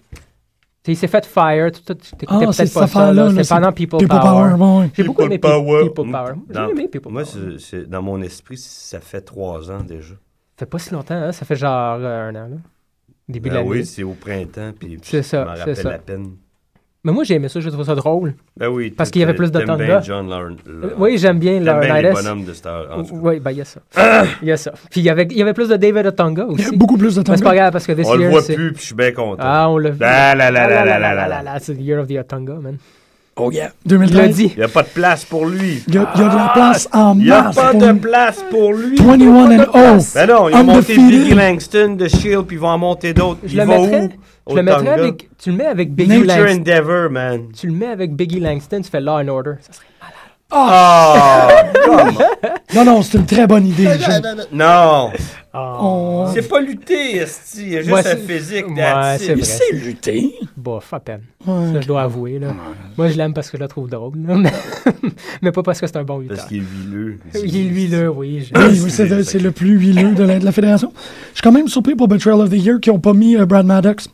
S5: t'sais, Il s'est fait fire, tout, tout, t'écoutais
S4: Ah,
S5: peut-être
S4: c'est cette
S5: pas ça.
S4: affaire-là,
S5: là,
S4: là,
S5: C'était
S4: c'est
S5: pendant People,
S4: People
S5: Power.
S4: Power, bon, ouais.
S5: J'ai beaucoup aimé
S6: People
S5: Pe-
S6: Power.
S5: People Power. J'ai
S6: Dans-
S5: aimé People
S6: Moi,
S5: Power.
S6: c'est- c'est- dans mon esprit, ça fait trois ans déjà.
S5: Ça fait pas si longtemps, hein, ça fait genre euh, un an. Là. Début de
S6: Ben
S5: l'année.
S6: oui, c'est au printemps. Puis
S5: C'est ça,
S6: Je m'en
S5: c'est
S6: rappelle
S5: ça.
S6: à peine.
S5: Mais moi, j'ai aimé ça, je trouve ça drôle.
S6: Ben oui.
S5: Parce
S6: t'es-
S5: qu'il y avait plus de
S6: t'aimes
S5: Tonda.
S6: bien John Lauren.
S5: Euh, Oui, j'aime bien
S6: T'aimes bien les
S5: Laurinaitis.
S6: bonhommes de Star. en tout cas.
S5: Oui, ben il y a ça. Il y a ça. Puis il y avait, il y avait plus de David Otunga
S4: Il y a
S5: aussi.
S4: beaucoup plus de temps.
S5: Mais c'est pas grave parce que This
S6: On le
S5: Year,
S6: voit
S5: c'est-
S6: plus, puis je suis bien content.
S5: Ah, on l'a vu.
S6: La, la, la, la, la, la,
S5: la,
S6: la,
S5: la, la. C'est the Year of the Otunga, man.
S7: Oh, yeah.
S5: Il l'a
S4: 2013.
S5: dit.
S6: Il n'y a pas de place pour lui.
S4: Il y, a, il y a de la place en
S6: Ah, Il n'y a
S4: masse.
S6: pas
S4: pour
S6: de
S4: lui.
S6: place pour lui.
S4: 21 and 0.
S6: Ben non, ils ont monté
S4: Undefeated.
S6: Biggie Langston, The Shield, puis ils vont en monter d'autres.
S5: Je
S6: Il
S5: le
S6: va
S5: mettrais-
S6: où?
S5: Je
S6: Au
S5: le mettrais
S6: Tonga.
S5: avec. Tu le mets avec Biggie
S6: Nature
S5: Langston.
S6: Endeavor, man.
S5: Tu le mets avec Biggie Langston, tu fais Law and Order. Ça serait-
S6: Ah!
S4: Non, non, c'est une très bonne idée. J'ai-
S6: Ben non!
S4: on-
S6: C'est pas lutter, Esti. Il y a juste
S5: Ouais,
S6: la
S5: c'est-
S6: physique.
S5: Ouais,
S6: that's it.
S5: c'est
S7: Il
S5: vrai.
S7: sait lutter.
S5: Bof, à peine.
S4: Ouais.
S5: Ça, je dois avouer. Là. Moi, je l'aime parce que je la trouve drôle. là, mais... mais pas parce que c'est un bon
S6: Parce
S5: lutteur.
S6: qu'il est vileux.
S5: Il est lui, là, oui. je-
S4: Oui, oui, c'est le- c'est le plus huileux de la, de la fédération. Je suis quand même surpris pour Betrayal of the Year qui n'ont pas mis euh, Brad Maddox.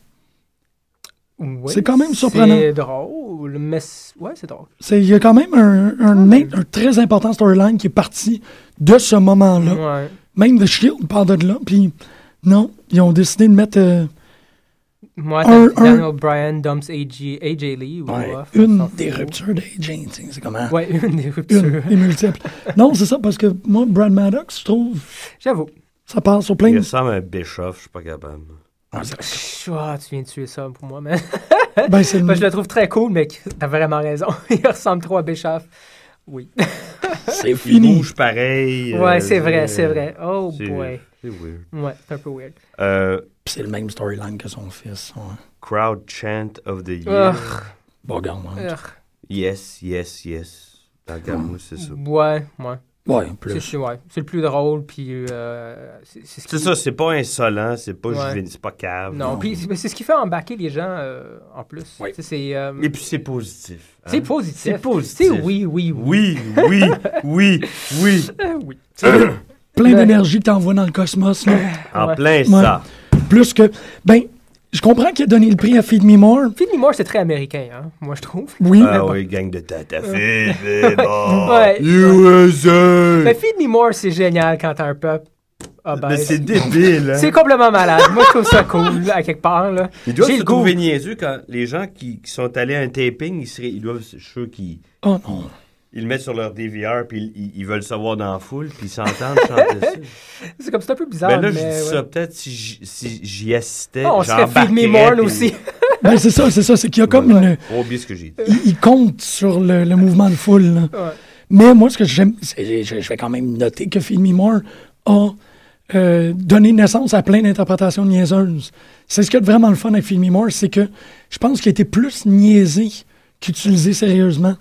S5: Oui,
S4: C'est quand même surprenant.
S5: C'est drôle, mais. c- Ouais, c'est drôle.
S4: C'est- Il y a quand même un, un, in- un très important storyline qui est parti de ce moment-là.
S5: Ouais.
S4: Même The Shield part de là. Puis non, ils ont décidé de mettre euh,
S5: Moi,
S4: Un-
S5: t'as Daniel Bryan dumps AJ, AJ Lee. ou
S7: Ouais,
S5: Ruff, on
S4: une
S5: s'en fout.
S7: Des ruptures d'aging, tu sais, c'est comment.
S5: Ouais, une des
S4: une
S5: ruptures.
S4: et multiple. non, c'est ça, parce que moi, Brad Maddox, je trouve,
S5: J'avoue.
S4: ça part sur plein
S6: Il
S4: de...
S6: ressemble à un Bischoff, je suis pas capable.
S5: Ah, tu viens de tuer ça pour moi, mais.
S4: Ben, c'est
S5: Moi, je le trouve très cool, mais t'as vraiment raison. Il ressemble trop à Bischoff. Oui.
S7: C'est
S6: Il
S7: fini.
S6: bouge pareil. euh,
S5: Ouais, c'est vrai, c'est vrai. Oh
S6: c'est-
S5: boy.
S6: C'est weird.
S5: Ouais, c'est un peu weird.
S6: Euh,
S7: Puis c'est le même storyline que son fils. ouais.
S6: crowd chant of the year.
S5: Ugh, Euh,
S7: Bon, regarde, hein. moi.
S5: ugh.
S6: Yes, yes, yes. Tant qu'à moi, c'est ça.
S5: Ouais, ouais.
S7: Ouais,
S5: C'est-
S7: plus.
S5: C'est ouais, c'est le plus drôle, puis euh, c'est c'est ce
S6: C'est
S5: qui-
S6: ça, c'est pas insolent, c'est pas
S5: Ouais.
S6: juvénile, c'est pas cave.
S5: Non, puis c'est c'est ce qui fait embarquer les gens euh, en plus.
S7: Oui.
S5: Tu sais, C'est euh,
S6: Et puis c'est positif. hein.
S5: c'est positif.
S6: C'est positif.
S5: C'est oui, oui, oui.
S6: Oui, oui, oui, oui.
S5: Euh, oui.
S4: Plein d'énergie que t'envoies dans le cosmos. là.
S6: En
S5: Ouais.
S6: plein
S4: Ouais.
S6: ça.
S4: Plus que. Ben, je comprends qu'il a donné le prix à Feed Me More.
S5: Phil Moore, c'est très américain, hein, moi je trouve.
S4: Oui.
S6: Ah oui, gang de tata fait, fait, bon.
S5: Ouais. Mais
S6: USA!
S5: Feed Me More, c'est génial quand t'as un peuple
S6: Mais
S5: obèse.
S6: c'est débile, hein?
S5: C'est complètement malade. Moi, je trouve ça cool, là, à quelque part. Là.
S6: Ils doivent
S5: J'ai
S6: se
S5: le goût.
S6: trouver niaiseux quand les gens qui, qui sont allés à un taping, ils, seraient, ils doivent, je suis sûr qu'ils
S4: Oh non.
S6: ils le mettent sur leur DVR puis ils- ils, ils veulent savoir dans la foule puis ils s'entendent chanter ça.
S5: C'est comme c'est un peu bizarre.
S6: Mais Ben là, je
S5: Ah, mais,
S6: dis
S5: ouais.
S6: ça peut-être si j'y si j'y assistais.
S5: Ah, on se fait Feed Me
S6: j'embarquerais,
S5: More
S6: puis-
S5: aussi.
S4: Ben, c'est ça, c'est ça. C'est qu'il y a comme une.
S6: Oh, oublie ce que j'ai dit.
S4: Il, il compte sur le, le mouvement de foule. là.
S5: Ouais.
S4: Mais moi, ce que j'aime, c'est-
S7: C'est- Je, je vais quand même noter
S4: que Feed Me More a euh, donné naissance à plein d'interprétations niaiseuses. C'est ce qui est vraiment le fun avec Feed Me More, c'est que je pense qu'il a été plus niaisé qu'utilisé sérieusement.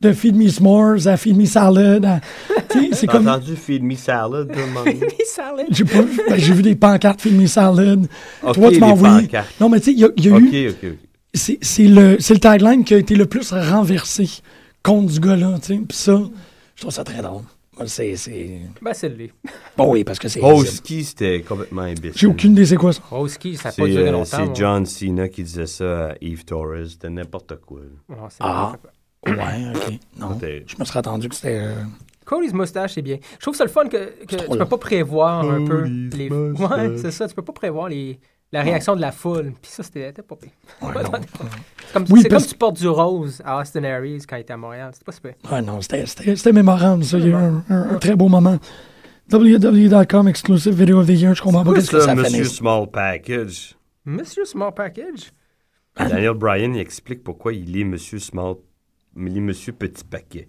S4: De Feed Me S'mores à Feed Me Salad. à- tu sais, c'est
S6: T'as
S4: comme.
S6: entendu Feed Me Salad, tout le monde?
S5: Puis ça allait.
S4: J'ai pas- ben, j'ai vu des pancartes Feed Me Salad.
S6: Ok,
S4: Toi, tu m'as
S6: les
S4: envoyé.
S6: pancartes.
S4: Non, mais tu sais, il y a, il y a eu.
S6: OK, OK, OK.
S4: c'est c'est le, c'est le tagline qui a été le plus renversé contre ce gars-là, tu sais. Puis ça,
S7: Je trouve ça très drôle. Moi, C'est. c'est-
S5: Ben, c'est lui.
S7: Bon, oui, parce que c'est.
S6: Oh, ski, c'était complètement imbécile.
S4: j'ai aucune idée c'est quoi ça.
S5: Roski, ça n'a
S6: C'est
S5: pas duré
S6: euh,
S5: longtemps.
S6: c'est
S5: moi.
S6: John Cena qui disait ça à Eve Torres. C'était n'importe quoi.
S5: Ouais, c'est
S7: Ah.
S5: n'importe quoi.
S7: Ouais, OK. Non.
S6: C'était-
S7: Je me serais attendu que c'était. euh,
S5: Cody's moustache, c'est bien. Je trouve ça le fun que, que
S7: C'est trop
S5: tu
S7: long.
S5: peux pas prévoir un peu
S6: Cody's
S5: les.
S6: moustache.
S5: Ouais, c'est ça. Tu peux pas prévoir les... la réaction de la foule. Puis ça, c'était c'était pas pire.
S7: Ouais, non.
S5: C'est comme,
S4: Oui,
S5: c'est
S4: parce-
S5: comme tu portes du rose à Austin Aries quand il était à Montréal. C'est pas super.
S7: Ouais, non, c'était.
S4: Ah, C'était- C'était c'était mémorable, ça. Il y a eu un, un- un très beau moment. www.com exclusive video of the year. Je comprends pas
S6: Quoi,
S4: qu'est-ce que
S6: ça,
S7: ça
S6: Monsieur
S7: fait,
S6: Small Package?
S5: Monsieur Small Package.
S6: Daniel Bryan, il explique pourquoi il est Monsieur Small... Il est Monsieur Petit Paquet.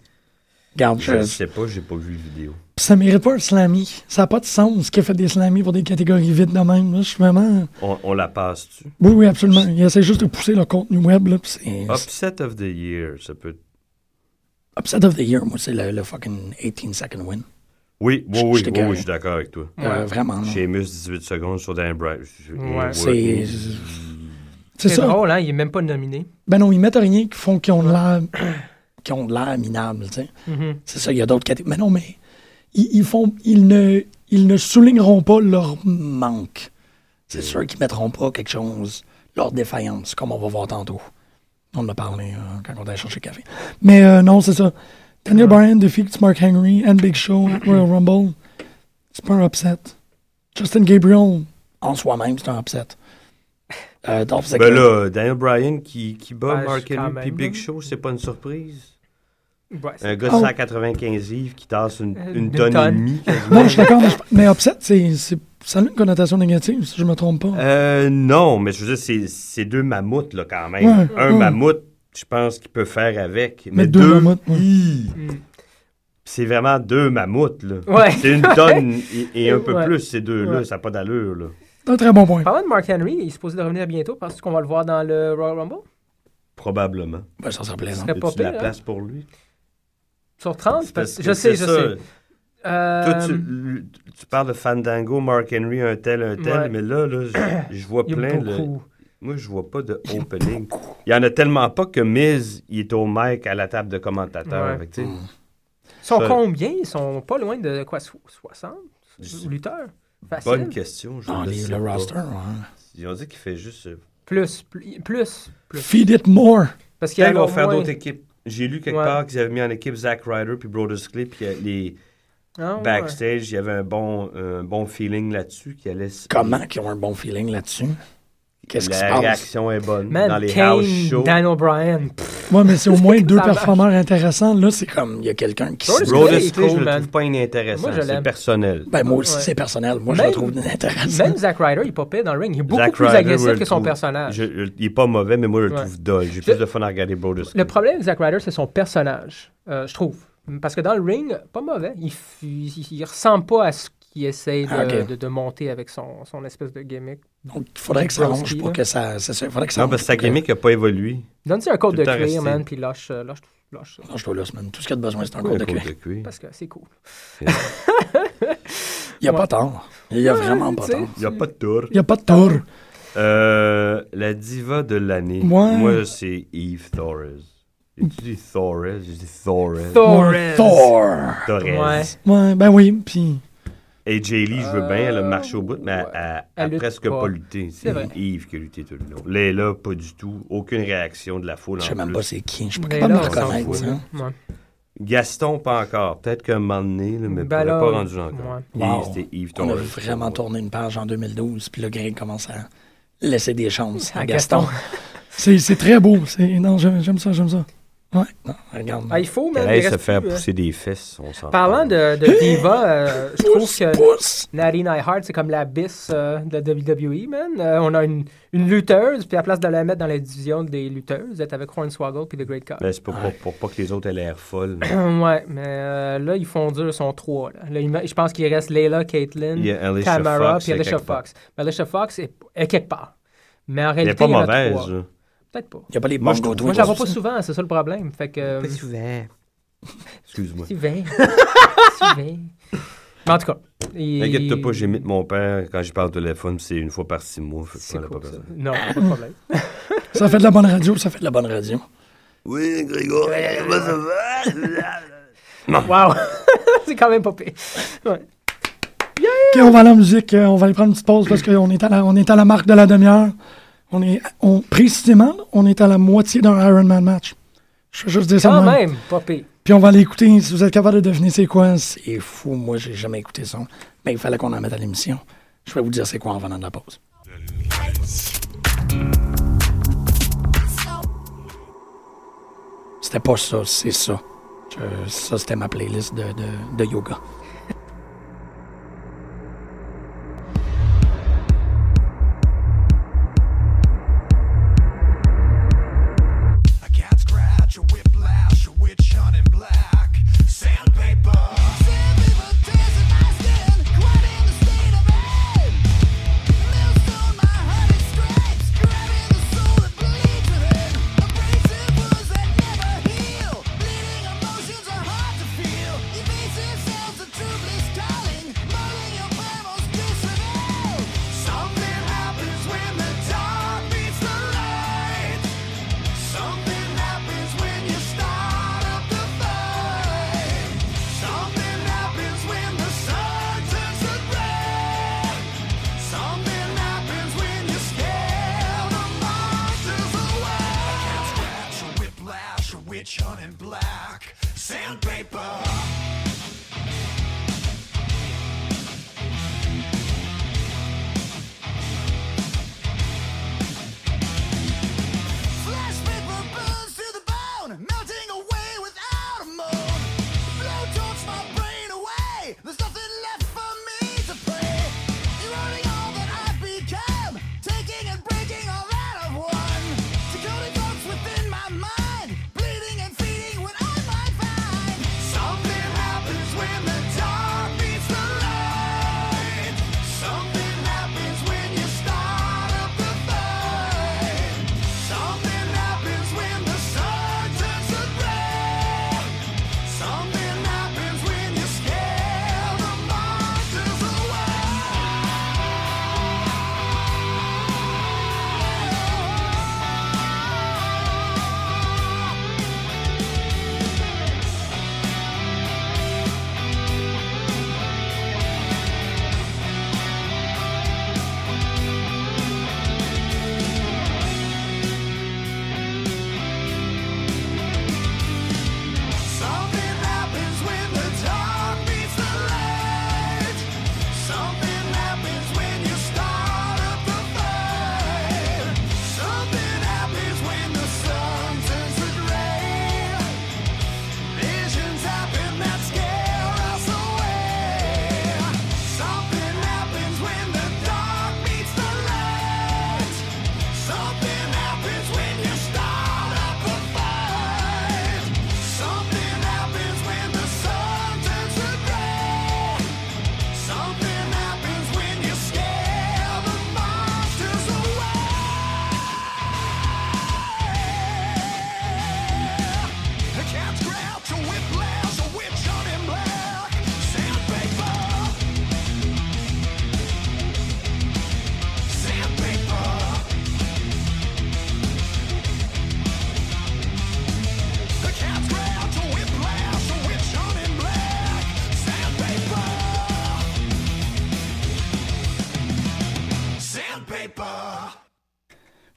S7: Regarde,
S6: Je
S7: je-
S6: sais pas, j'ai pas vu la vidéo.
S4: ça mérite pas un slammy. Ça n'a pas de sens qu'il a fait des slammy pour des catégories vides de même. là. Je suis vraiment.
S6: On, on la passe-tu?
S4: Oui, oui, absolument. Il essaie juste de pousser le contenu web. Là, puis c'est-
S6: Upset of the Year, ça peut...
S7: Upset of the Year, moi, c'est le, le fucking 18 second win.
S6: Oui, oui,
S7: Je-
S6: oui,
S7: je
S6: oui,
S7: t'écœurais.
S6: oui, je suis d'accord avec toi.
S7: Euh, vraiment. non.
S6: Sheamus, 18 secondes sur Daniel Bryan. Je-
S5: Ouais.
S7: C'est.
S4: c'est
S5: C'est
S4: ça.
S5: drôle, hein? Il est même pas nominé.
S4: Ben non, ils mettent rien qui font qu'ils ont de l'air
S7: qui ont de l'air minable, tu sais.
S5: Mhm.
S7: C'est ça, il y a d'autres catégories. Mais non, mais
S4: ils, ils font, ils ne, ils ne souligneront pas leur.
S7: manque. C'est sûr qu'ils mettront pas quelque chose, leur défaillance, comme on va voir tantôt. On en a parlé euh, quand on allait chercher le café.
S4: Mais euh, non, c'est ça. Daniel Bryan défie Mark Henry and Big Show at Royal Rumble. C'est pas un upset. Justin Gabriel.
S7: En soi-même, c'est un upset. Euh, Dolph Ziggler,
S6: Ben là, Daniel Bryan qui, qui bat
S5: Ah, je-
S6: Mark
S5: quand
S6: Henry puis
S5: même,
S6: Big
S5: là.
S6: Show, c'est pas une surprise?
S5: Ouais, c'est-
S6: Un gars de
S4: Oh.
S6: 195 livres qui tasse une,
S5: Euh,
S6: une
S5: une
S6: tonne et
S5: tonne.
S6: demie. quasiment.
S4: Non, je suis d'accord, mais, je- mais upset, c'est, c'est- ça a une connotation négative, si je me trompe pas.
S6: Euh, non, mais je veux dire, c'est- c'est deux mammouths, là, quand même.
S4: Ouais,
S6: un
S4: ouais.
S6: mammouth, je pense qu'il peut faire avec. Mais,
S4: Mais deux
S6: deux,
S4: mammouths, ouais.
S6: Hi!
S5: Mm.
S6: C'est vraiment deux mammouths, là.
S5: Ouais.
S6: C'est une tonne et, et un peu
S5: Ouais.
S6: plus, ces deux-là.
S5: Ouais.
S6: Ça n'a pas d'allure, là.
S4: C'est un très bon point.
S5: Parlant de Mark Henry, il est supposé de revenir bientôt. Penses-tu qu'on va le voir dans le Royal Rumble?
S6: Probablement.
S7: ben, ça serait plaisant.
S5: Serait pas
S6: As-tu de la
S5: pire, hein?
S6: place pour lui?
S5: Sur 30?
S6: C'est parce
S5: Parce-
S6: que
S5: Je sais,
S6: c'est
S5: je
S6: ça.
S5: sais. Euh,
S6: Toi, tu, l- tu parles de Fandango, Mark Henry, un tel, un tel,
S5: Ouais.
S6: mais là, là je, je vois
S5: il y a
S6: plein de...
S5: beaucoup.
S6: Moi, je vois pas de opening. Il y en a tellement pas que Miz, il est au mic à la table de commentateurs.
S5: Ouais.
S6: Fait que, tu sais,
S5: Ils sont
S6: Ça-
S5: combien? Ils sont pas loin de quoi? so- 60? Lutteurs? Facile.
S6: Bonne question. Je
S7: Dans
S6: le
S7: Ah, les-
S6: sais
S7: le
S6: pas.
S7: roster, ouais.
S6: Ils ont dit qu'il fait juste. euh,
S5: Plus, plus, plus. plus.
S4: Feed it more.
S5: Parce qu'il y
S6: Quand
S5: a
S6: ils vont
S5: encore
S6: faire
S5: moins-
S6: d'autres équipes. J'ai lu quelque
S5: Ouais.
S6: part qu'ils avaient mis en équipe Zack Ryder puis Brodus Clay puis euh, les
S5: Ah, ouais.
S6: backstage, il y avait un bon, un bon feeling là-dessus qui allait. se-
S7: Comment qu'ils ont un bon feeling là-dessus? Qu'est-ce qui se
S6: La
S7: passe?
S6: réaction est bonne
S5: Man,
S6: dans les house
S5: Kane,
S6: shows.
S5: Daniel Bryan. Pff,
S4: Ouais, mais c'est au moins deux
S5: Ça marche.
S4: performeurs intéressants. Là, c'est
S7: C'est comme il y a quelqu'un qui
S5: Brodus
S7: se...
S5: Clay.
S6: Brodus
S5: est
S6: Clay,
S5: cool,
S6: je le
S5: man.
S6: trouve pas inintéressant.
S5: Moi, je
S6: C'est
S5: l'aime.
S6: personnel.
S7: Ben, moi aussi,
S5: Ouais.
S7: c'est personnel. Moi, je
S5: Même-
S7: le trouve inintéressant.
S5: Même Zack Ryder, il est pas pire dans le ring. Il est beaucoup
S6: Zack
S5: plus
S6: Ryder, moi, je
S5: agressif
S6: le
S5: que son
S6: trouve-
S5: personnage.
S6: je- je- il est pas mauvais, mais moi, je le
S5: Ouais.
S6: trouve dole. J'ai plus de fun à regarder Brodus
S5: Le
S6: Clay.
S5: problème de Zack Ryder, c'est son personnage, euh, je trouve. Parce que dans le ring, pas mauvais. Il, f- il, il ressemble pas à ce qu'il essaie de,
S7: Ah, ok.
S5: de- de monter avec son, son espèce de gimmick.
S7: Donc, il faudrait que ça
S5: Brodus
S7: longe
S5: Clay,
S7: pour
S5: là.
S7: que ça... c'est ça, il faudrait que ça
S6: Non,
S7: longe
S6: parce que sa
S7: pour que-
S6: gimmick n'a pas évolué.
S5: Donne-lui un code
S6: Tout
S5: de
S6: le temps
S5: cuir,
S6: resté.
S5: man, puis lâche, euh, lâche, Lâche ça.
S7: Non, je dois là, semaine. Tout ce qu'il y a de besoin, c'est un
S6: Oui,
S7: cours de
S6: côte
S7: cuir.
S6: de cuir.
S5: Ah, Parce que c'est cool.
S7: Il n'y a pas tort. Il n'y a vraiment pas
S5: tu sais.
S7: tort.
S6: Il n'y a pas de tour.
S4: Il n'y a pas de tort.
S6: Euh, la diva de l'année.
S4: Ouais.
S6: Moi, c'est Eve Torres. Et tu dis Torres, je dis Torres.
S5: Torres.
S7: Thor!
S6: Torres.
S5: Ouais.
S4: Ouais, ben oui, puis
S6: Et Jay Lee, je veux bien, elle a marché au bout, mais elle-
S5: ouais.
S6: elle,
S5: Elle
S6: elle a
S5: lutte
S6: presque
S5: pas.
S6: pas lutté.
S5: C'est vrai.
S6: C'est Yves qui a lutté tout le long. Léla, pas du tout. Aucune réaction de la foule.
S7: Je
S6: en
S7: sais même
S6: plus.
S7: pas c'est qui. Je suis pas
S5: Mais
S7: capable de
S5: là,
S7: me
S5: on s'en
S7: reconnaître.
S6: fout,
S7: hein.
S5: Ouais.
S6: Gaston, pas encore. Peut-être qu'un moment donné, là, mais
S5: Ben
S6: elle
S5: là,
S6: n'a pas rendu là encore.
S5: ouais.
S6: Yves,
S7: Wow.
S6: C'était Yves
S7: On
S6: Torres.
S7: a vraiment tourné une page en 2012, puis le Greg commence à laisser des chances à
S5: À
S7: Ah, Gaston.
S5: Gaston.
S4: c'est c'est très beau. c'est- Non, j'aime j'aime ça, j'aime ça.
S7: Ouais, non, regarde.
S5: Ah, il faut, mais.
S6: Elle
S5: il
S6: allait se
S5: reste
S6: faire
S5: plus, hein.
S6: pousser des fesses, on s'en
S5: Parlant de, de Diva, euh, je trouve
S7: pousse,
S5: que
S7: pousse!
S5: Natty Neihard, c'est comme l'abysse euh, de WWE, man. Euh, on a une, une lutteuse, puis à place de la mettre dans la division des lutteuses, elle est avec Hornswoggle puis The Great Cup.
S6: Mais Ben, c'est pas pour, pour pas que les autres aient l'air folles.
S5: ouais, mais euh, là, ils font dur, ils sont trois. Là. Là, il me- je pense qu'il reste Layla, Caitlyn,
S6: Il y a Alicia
S5: Tamara,
S6: Fox,
S5: puis
S6: elle est
S5: Alicia
S6: quelque part.
S5: Fox. Mais Alicia Fox est, est quelque part. Mais en
S6: Elle
S5: réalité,
S6: n'est
S5: il y
S6: pas
S5: en a
S6: mauvaise.
S5: trois.
S6: là.
S5: Peut-être pas.
S7: Il n'y a pas les
S6: Moi,
S7: bons
S6: je
S7: go
S6: trouve-
S5: Moi, je la vois pas souvent, c'est ça le problème. Fait que. euh,
S6: Excuse-moi.
S5: Tu vas. tu vas. Mais en tout cas. il-
S6: T'inquiète pas, j'imite mon père quand je parle au téléphone, c'est une fois par six mois. Fait que
S5: C'est
S6: t'en as
S5: cool,
S6: pas
S5: ça.
S6: besoin.
S5: Non, pas de problème.
S4: Ça fait de la bonne radio, ça fait
S7: Faites de la bonne radio.
S2: Oui, Grégory, comment ça va?
S5: Wow! c'est quand même pas pire. Ouais.
S4: OK, on va aller en musique, euh, on va aller prendre une petite pause parce qu'on est, à la- on est à la marque de la demi-heure. On est, on, précisément, on est à la moitié d'un Ironman match. Je veux juste dire ça. de
S5: Quand
S4: même.
S5: même, pas pire.
S4: Puis on va aller écouter, si vous êtes capable de deviner c'est quoi. c'est-
S7: C'est fou, moi, j'ai jamais écouté ça. Mais il fallait qu'on en mette à l'émission. Je vais vous dire c'est quoi en venant de la pause. C'était pas ça, c'est ça. Je- ça, c'était ma playlist de, de- de yoga.
S8: A cat scratch, a whiplash, a witch hunt in black, sandpaper. Something happens when the dark meets the light. Something happens when you start up the fight. Something happens when the sun turns to red. Something happens when you scare the monsters away. A cat scratch, a whiplash, a witch hunt in black, sandpaper. Flash paper burns to the bone, melting away without a moan. Blowtorch my brain away. There's nothing left for me to pray. Eroding all that I've become, taking and breaking all that I've won. Decoding thoughts within my mind, bleeding and feeding what I might find. Something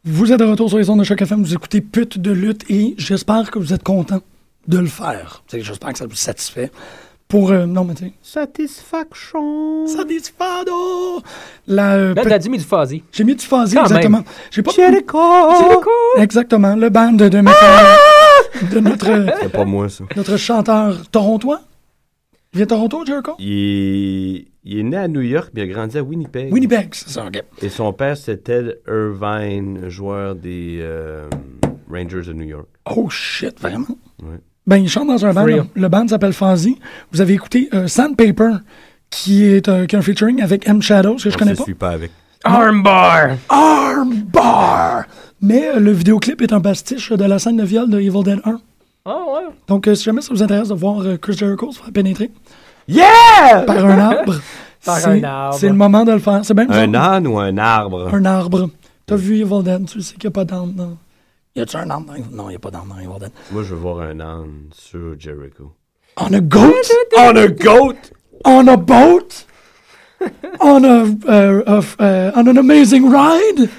S4: Vous êtes de retour sur les ondes de Choc FM, vous écoutez Pute de lutte et j'espère que vous êtes content de le faire. Tu sais, J'espère que ça vous satisfait. Pour, euh, non, mais tu sais,
S5: Satisfaction.
S4: Satisfado! La, euh,
S5: Là,
S4: pe-
S5: Ben, t'as dit mais du fuzzy.
S4: J'ai mis du fuzzy,
S5: Quand
S4: exactement.
S5: même.
S4: J'ai pas...
S5: Jericho!
S4: Exactement, le band de, de,
S5: Ah!
S4: de notre, euh,
S6: C'est pas moi, ça.
S4: notre chanteur torontois. Il vient de Toronto, Jericho?
S6: Il est... il est né à New York, puis il a grandi à Winnipeg.
S4: Winnipeg, c'est ça, ok.
S6: Et son père, c'était Ted Irvine, joueur des euh, Rangers de New York.
S4: Oh shit, vraiment?
S6: Ouais.
S4: Ben, il chante dans un band.
S5: Real.
S4: Le, le band s'appelle Fuzzy. Vous avez écouté euh, Sandpaper, qui est un, qui a un featuring avec M. Shadows, que je
S6: On
S4: connais
S6: se
S4: pas.
S6: suit pas avec.
S5: Armbar!
S4: Armbar! Mais euh, le vidéoclip est un pastiche de la scène de viol de Evil Dead 1.
S5: Ah ouais.
S4: Donc, euh, si jamais ça vous intéresse de voir euh, Chris Jericho se faire pénétrer
S5: Yeah!
S4: par un arbre,
S5: Euh. Par
S4: c'est-
S5: un arbre.
S4: c'est le moment de le faire. C'est bien
S6: Un
S4: bizarre.
S6: âne ou un arbre?
S4: Un arbre. T'as vu Evil Dead, tu sais qu'il n'y a pas d'arbre. non.
S7: Y a-tu un arbre dans- Non, y a pas d'arbre dans Evil Dead.
S6: Moi, je veux voir un âne sur Jericho.
S4: On a goat,
S6: On a goat!
S4: on a boat, on a, euh, of, euh, on an amazing ride,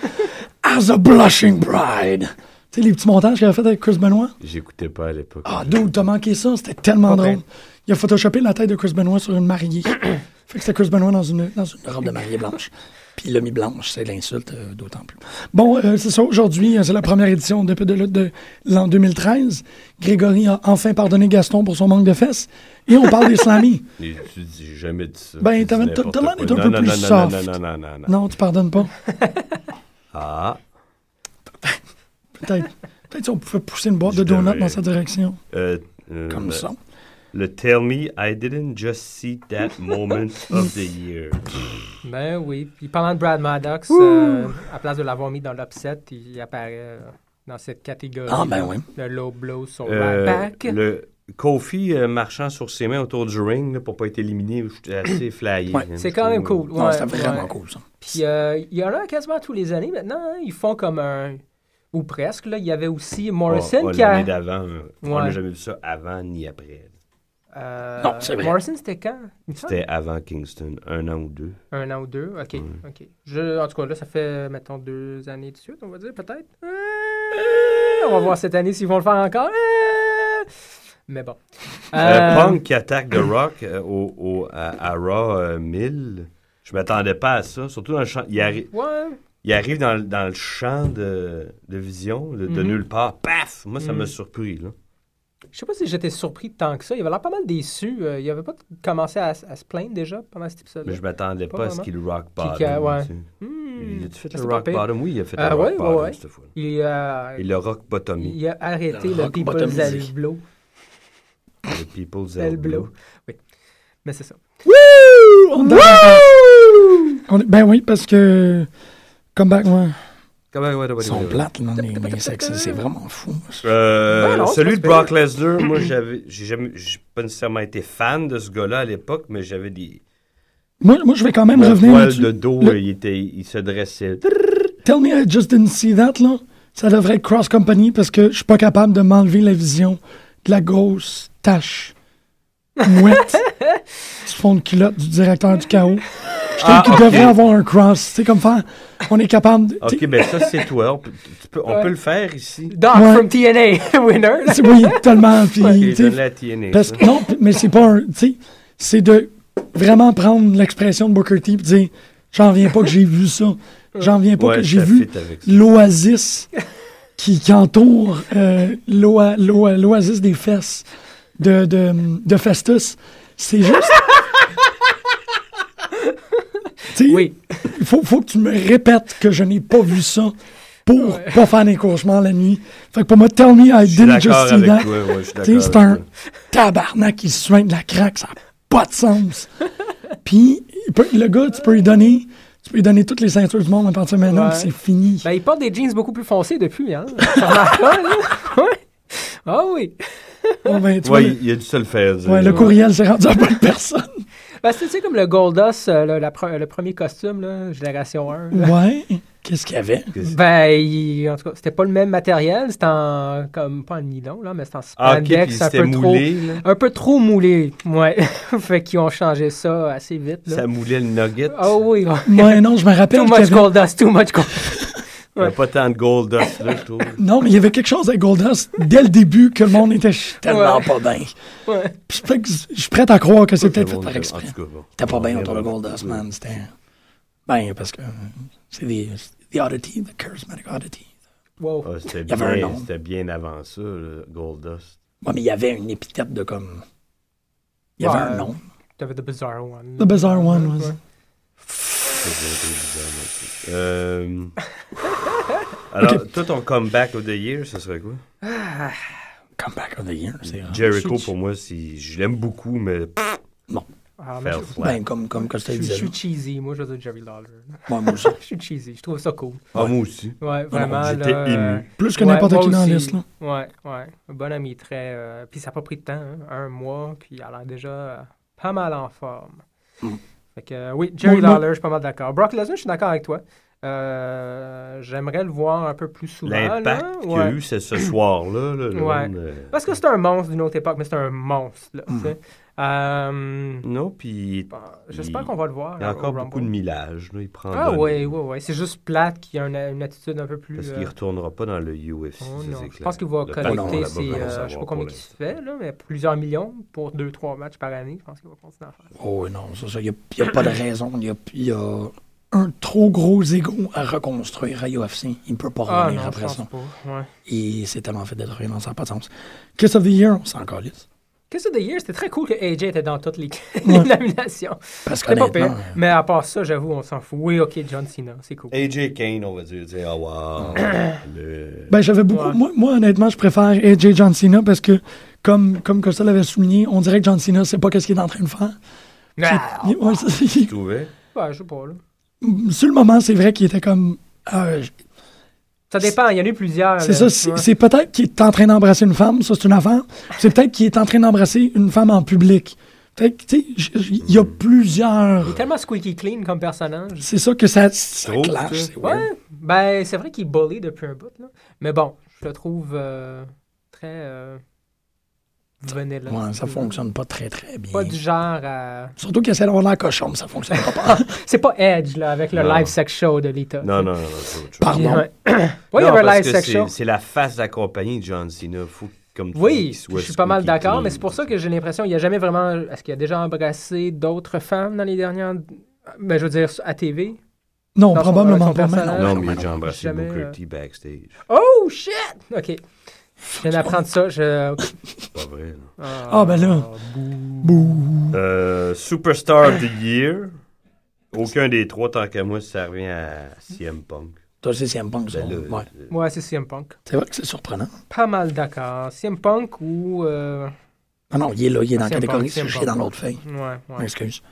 S4: as a blushing bride. Tu sais, les petits montages qu'il a fait avec Chris Benoit.
S6: J'écoutais pas à l'époque.
S4: Ah, dude, t'as manqué ça, c'était tellement
S5: Pas
S4: drôle. Il a photoshopé la tête de Chris Benoit sur une mariée. fait que c'était Chris Benoit dans une, dans une
S7: La robe de mariée blanche. Puis l'ami blanche, c'est l'insulte euh, d'autant plus.
S4: Bon, euh, c'est ça. Aujourd'hui, euh, c'est la première édition de Peu de lutte de l'an 2013. Grégory a enfin pardonné Gaston pour son manque de fesses. Et on parle des slammies.
S6: Et tu dis j'ai jamais dit ça.
S4: Ben,
S6: Tu dis
S4: t'avais- t'as-
S6: n'importe
S4: t'as
S6: quoi.
S4: l'air d'être un
S6: Non,
S4: peu
S6: non,
S4: plus
S6: non, non,
S4: soft.
S6: Non, non, non, non, non.
S4: Non, tu pardonnes pas.
S6: Ah,
S4: Peut-être. Peut-être si on pouvait pousser une boîte de
S6: Je
S4: donuts
S6: devrais.
S4: dans sa direction.
S6: euh, euh,
S7: Comme
S6: le-
S7: ça.
S6: Le Tell Me I Didn't Just See That Moment of the Year.
S5: Ben oui. Puis parlant de Brad Maddox, euh, à place de l'avoir mis dans l'upset, il apparaît euh, dans cette catégorie.
S7: Ah, ben oui.
S5: Le low blow sur
S6: Euh,
S5: Ryback.
S6: le Kofi euh, marchant sur ses mains autour du ring là, pour pas être éliminé, j'étais assez flyé.
S7: Ouais,
S6: hein,
S5: C'est
S6: parce
S5: quand
S6: que-
S5: même cool.
S7: Non,
S5: ouais,
S7: c'était vraiment
S5: ouais.
S7: cool, ça.
S5: Puis euh, il y en a quasiment tous les années maintenant. hein. Ils font comme un. Ou presque. Là. Il y avait aussi Morrison
S6: Oh, oh,
S5: qui a.
S6: l'année d'avant, euh, on
S5: Ouais.
S6: n'a jamais vu ça avant ni après.
S5: euh,
S7: Non, c'est vrai.
S5: Morrison, c'était quand Il me semble
S6: C'était avant Kingston, un an ou deux.
S5: Un an ou deux. OK. ok. Je, en tout cas, là, ça fait, mettons, deux années de suite, on va dire, peut-être. Euh, on va voir cette année s'ils vont le faire encore. Euh, mais bon.
S6: Euh,
S5: Euh,
S6: Punk qui attaque The Rock euh, au, au- à, à Raw euh, 1000. Je m'attendais pas à ça. Surtout dans le champ. Il, arri-
S5: Ouais.
S6: il arrive dans, le- dans le champ de, de vision, de, de
S5: Mhm.
S6: nulle part. Paf! Moi, ça
S5: Mhm.
S6: m'a surpris. Là.
S5: Je sais pas si j'étais surpris tant que ça. Il avait l'air pas mal déçu. Euh, il avait pas commencé à, à se plaindre déjà pendant cet épisode.
S6: Mais je m'attendais pas,
S5: Pas
S6: à ce
S5: vraiment.
S6: qu'il rock bottom.
S5: Qu'il- qu'il- ouais. Mm.
S6: tu sais. Il a fait le rock bottom? Oui, il a fait
S5: Ah,
S6: le rock
S5: ouais, ouais,
S6: bottom
S5: ouais.
S6: cette fois-là.
S5: Il, a-
S6: Il a rock bottomé.
S5: il a arrêté
S7: Le
S5: le,
S7: rock
S5: People's
S7: bottomisé.
S5: Alley Blow.
S6: Le People's
S5: Elbow.
S6: Elbow.
S5: Oui. Mais c'est ça.
S4: On- On est- Ben oui, parce que. Comeback, ouais.
S6: Comment- ouais, ouais, ouais,
S7: Ils sont
S6: ouais.
S7: plates, là, mais, mais c'est, c'est- c'est vraiment fou.
S6: Euh,
S5: Ben non, c'est pas
S6: celui de
S5: super.
S6: Brock Lesnar, moi, j'avais, j'ai jamais, j'ai pas nécessairement été fan de ce gars-là à l'époque, mais j'avais des
S4: Moi, moi, je vais quand même
S6: mon
S4: revenir.
S6: poil
S4: là-dessus.
S6: de dos,
S4: Le-
S6: il était, il se dressait.
S4: Tell me I just didn't see that, là. Ça devrait être cross company parce que je suis pas capable de m'enlever la vision de la grosse tache mouette du fond de culotte du directeur du chaos. Je
S6: Ah,
S4: trouve qu'il devrait avoir un cross. Tu sais, comme faire, on est capable de.
S6: Ok, ben ça c'est toi, on peut, tu peux- on
S5: Ouais.
S6: peut le faire ici.
S5: Doc
S4: Ouais.
S5: from TNA, winner.
S4: C'est- Oui, tellement. puis,
S6: Il hein.
S4: tu sais,
S6: donne la TNA.
S4: parce
S6: ça.
S4: que- non, mais c'est pas un. Tu sais, c'est de vraiment prendre l'expression de Booker T et dire J'en viens pas que j'ai vu ça. J'en viens pas
S6: Ouais,
S4: que j'ai
S6: ça
S4: vu.
S6: fit avec ça.
S4: l'oasis qui, qui entoure euh, l'oa- l'oa- l'oasis des fesses de, de, de Festus. C'est juste. Tu sais,
S5: Oui.
S4: Il faut, faut que tu me répètes que je n'ai pas vu ça pour pas faire des cauchemars la nuit. Fait que pour moi, tell me I
S6: Je suis
S4: didn't
S6: d'accord
S4: just see
S6: avec
S4: that.
S6: toi, ouais, je suis
S4: Tu sais,
S6: d'accord.
S4: c'est un
S6: avec toi.
S4: tabarnak qui se soigne de la craque, ça n'a pas de sens. Puis il peut- le gars, tu peux lui donner. Tu peux lui donner toutes les ceintures du monde à partir de maintenant,
S5: Ouais.
S4: puis c'est fini.
S5: Ben, il porte des jeans beaucoup plus foncés depuis, hein. Ça marche pas, là. Ouais. Ah oui.
S4: On va- ben, tu vois,
S6: Ouais,
S4: le-
S6: il, il a dû se le faire. dire.
S4: Ouais, le courriel s'est rendu à bonne personne.
S5: Ben, c'est tu sais, comme le Goldust, euh, le, la pre- le premier costume, là, Génération 1. là.
S4: Ouais.
S7: Qu'est-ce qu'il y avait?
S5: Ben, il- en tout cas, c'était pas le même matériel. C'était en, comme, pas en nylon, là, mais c'était en
S6: Ah, ok,
S5: spandex,
S6: puis
S5: un
S6: c'était
S5: peu
S6: moulé. là.
S5: trop... Un peu trop moulé, ouais. fait qu'ils ont changé ça assez vite, là.
S6: Ça moulait le nugget.
S5: Ah oui, ouais.
S4: Ouais, non, je me rappelle
S5: Too
S4: qu'il y
S5: much
S4: avait-
S5: Goldust, too much Goldust.
S6: Il n'y a
S5: Ouais.
S6: pas tant de gold dust, là, je trouve.
S4: Non, mais il y avait quelque chose avec Goldust dès le début que le monde était ch-
S7: Tellement
S5: Ouais.
S7: pas bien.
S5: Ouais.
S4: Puis fait que Je suis prêt à croire que c'est
S6: Tout le
S4: peut-être fait
S6: monde,
S7: par
S6: euh,
S7: exprès.
S6: en tout cas, bon.
S7: C'était pas bien
S6: Ouais,
S7: autour de
S6: ouais.
S7: Goldust, man. C'était. Ben, parce que euh, c'est des. c'est The Oddity, The Charismatic Oddity.
S5: Wow.
S6: Ah, C'était
S7: y avait un
S6: bien,
S7: nom.
S6: c'était bien avant ça, le gold dust.
S7: Ouais, mais il y avait une épithète de comme. Il y avait
S5: Ouais.
S7: un nom.
S5: T'avais The Bizarre One.
S4: The Bizarre One, ouais.
S6: Euh, Alors, toi, ton comeback of the year, ce serait quoi?
S7: Comeback of the Year, c'est. euh,
S6: Jericho,
S5: je-
S6: pour Ah, moi, si je l'aime beaucoup, mais
S5: Ah, mais
S6: fell
S5: je,
S6: flat.
S7: Ben, comme, comme Costa
S5: je- je
S7: disait.
S5: suis cheesy. Moi, je veux dire Jerry Lawler.
S7: Moi, moi aussi.
S5: je suis cheesy. Je trouve ça cool.
S6: Ah, moi aussi.
S5: Ouais, vraiment.
S6: j'étais
S5: là,
S6: ému.
S5: euh,
S4: Plus que
S5: Ouais,
S4: n'importe
S5: moi
S4: qui dans la
S5: aussi.
S4: liste. Là.
S5: Ouais, ouais. Un bon ami très. euh, puis ça n'a pas pris de temps, hein, un mois, puis elle a l'air déjà euh, pas mal en forme.
S6: Mm.
S5: Fait que, euh, oui, Jerry
S4: Moi, moi-
S5: Lawler, je suis pas mal d'accord. Brock Lesnar, je suis d'accord avec toi. Euh, J'aimerais le voir un peu plus souvent. là.
S6: L'impact qu'il y a
S5: Ouais.
S6: eu c'est ce soir-là. Là, le
S5: Ouais.
S6: monde, euh,
S5: Parce que c'est un monstre d'une autre époque, mais c'est un monstre, là,
S6: Mm.
S5: tu sais. Euh,
S6: Non, puis
S5: bah, J'espère
S6: Il-
S5: qu'on va le voir. euh,
S6: il y a
S5: au
S6: encore beaucoup de
S5: Rumble.
S6: millage. là, il prend
S5: Ah,
S6: bonne-
S5: oui, oui, oui. C'est juste plate qu'il y a une, une attitude un peu plus.
S6: Parce
S5: euh,
S6: qu'il ne retournera pas dans le UFC.
S5: Oh
S6: ça,
S5: non,
S6: c'est
S5: Je
S6: clair.
S5: pense qu'il va
S6: Le patron
S5: collecter
S6: là-bas
S5: ses.
S6: va
S5: euh,
S6: en
S5: je sais
S6: savoir
S5: pas
S6: pour
S5: combien il se fait, là, mais plusieurs millions pour 2-3 matchs par année. Je pense qu'il va continuer à faire.
S7: Oh, oui, non, ça, ça. Il n'y a, pas de raison. Il y a, il y a
S4: Un
S7: trop gros égo à reconstruire à UFC. Il ne peut pas
S5: Ah
S7: revenir
S5: non, je
S7: après
S5: pense
S7: ça.
S5: pas. Ouais.
S7: Et c'est tellement fait détruire, non, ça n'a pas de sens.
S4: Kiss of the Year.
S7: On s'en calisse.
S5: Qu'est-ce que The Year, c'était très cool que AJ était dans toutes les,
S4: Ouais.
S5: les nominations.
S7: Parce
S5: C'était pas pire.
S7: qu'honnêtement, euh,
S5: Mais à part ça, j'avoue, on s'en fout. Oui, ok, John Cena, c'est cool.
S6: AJ Kane, on va dire. tu sais, Ah, wow. le-
S4: Ben, j'avais beaucoup.
S5: Ouais.
S4: Moi, moi, honnêtement, je préfère AJ John Cena parce que, comme, comme Costa l'avait souligné, on dirait que John Cena sait pas qu'est-ce qu'il est en train de faire.
S5: Ah,
S4: Il- ouais, c'est- il-
S6: Tu trouvais?
S5: ouais, je sais pas. Là.
S4: sur le moment, c'est vrai qu'il était comme. euh,
S5: Ça dépend, il y en a eu plusieurs.
S4: c'est
S5: là,
S4: ça,
S5: tu
S4: c'est
S5: vois.
S4: c'est peut-être qu'il est en train d'embrasser une femme, ça c'est une affaire. C'est peut-être qu'il est en train d'embrasser une femme en public. Fait que, tu sais, j- j- il y a plusieurs.
S5: Il est tellement squeaky clean comme personnage.
S4: C'est ça que ça, ça
S6: Trop,
S4: clash.
S6: ça.
S4: c'est-
S5: Ouais, ben c'est vrai qu'il bully depuis un bout. Là. Mais bon, je le trouve euh, très. Euh, vanilla.
S7: ouais, ça fonctionne pas très, très bien.
S5: Pas du genre à.
S4: Surtout qu'il essaie d'avoir l'air cochon, mais ça fonctionne pas.
S7: Ah,
S4: pas.
S5: C'est pas Edge, là, avec le
S6: Non.
S5: live sex show de l'État.
S6: Non, non, non, non, c'est autre chose.
S5: Ouais.
S7: Pardon.
S5: Ouais, il y
S6: Non,
S5: avait un
S6: parce
S5: live
S6: que
S5: sex
S6: c'est-
S5: show.
S6: C'est la face de la compagnie de John Cena. Faut comme tu dis, qu'il
S5: Oui,
S6: soit
S5: je suis pas mal
S6: squeaky
S5: d'accord,
S6: clean.
S5: mais c'est pour ça que j'ai l'impression qu'il n'y a jamais vraiment. Est-ce qu'il a déjà embrassé d'autres femmes dans les dernières. Ben, je veux dire, à TV
S4: Non,
S5: Dans son-
S4: probablement
S5: son
S4: pas. mais
S5: personnage.
S6: Non, mais j'ai embrassé
S5: Jamais,
S6: Booker
S5: euh,
S6: T backstage.
S5: Oh shit! Ok. Je viens d'apprendre ça. Je...
S6: C'est pas vrai. là.
S4: Ah, ben là.
S6: Euh, Superstar of the Year. Aucun des trois, tant qu'à moi, ça revient à CM Punk.
S7: Toi, c'est CM Punk, ça.
S6: Ben là,
S7: ouais.
S6: euh,
S5: Ouais, c'est CM Punk.
S7: C'est vrai que c'est surprenant.
S5: Pas mal d'accord. CM Punk ou. euh,
S7: Ah non, il est là, il est dans la
S5: CM Punk,
S7: catégorie,
S5: CM
S7: c'est
S5: Punk.
S7: chier dans l'autre feuille.
S5: Ouais, ouais.
S7: Excuse.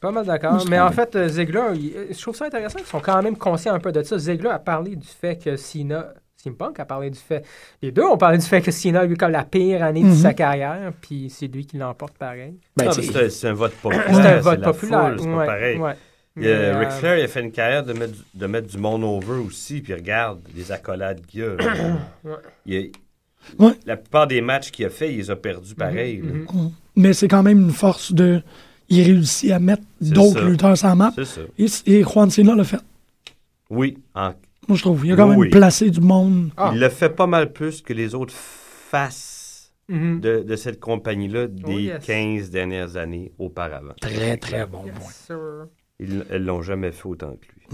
S5: Pas mal d'accord. Mais en fait, euh, Ziegler, il- euh, je trouve ça intéressant qu'ils sont quand même conscients un peu de ça. Ziegler a parlé du fait que Cena, CM Punk a parlé du fait. Les deux ont parlé du fait que Cena a eu comme la pire année de
S6: Mhm.
S5: sa carrière, puis c'est lui qui l'emporte pareil.
S7: Ben,
S6: non,
S7: tu
S6: mais
S7: sais,
S6: c'est un- c'est un vote populaire.
S5: C'est un vote
S6: la
S5: populaire.
S6: foule, C'est pas
S5: ouais,
S6: pareil.
S5: ouais.
S6: Il y a-
S5: Mais, euh,
S6: Ric Flair, il a fait une carrière de mettre, du- de mettre du monde over aussi, puis regarde les accolades qu'il a. là. Il a-
S4: Ouais.
S6: La plupart des matchs qu'il a fait, il les a perdus pareil.
S5: Mhm,
S6: là.
S4: Mais c'est quand même une force de. Il réussit à mettre
S6: C'est
S4: d'autres
S6: ça.
S4: lutteurs sur la map.
S6: C'est ça.
S4: Et, et Juan Cena l'a fait.
S6: Oui, en-
S4: Moi, je trouve. Il a quand
S6: Oui,
S4: même
S6: oui.
S4: placé du monde.
S5: Ah.
S6: il le fait pas mal plus que les autres faces
S5: mhm.
S6: de, de cette compagnie-là des
S5: Oh, yes.
S6: 15 dernières années auparavant.
S7: très, très bon
S5: Yes,
S7: point.
S5: sir.
S6: Ils elles l'ont jamais fait autant que lui.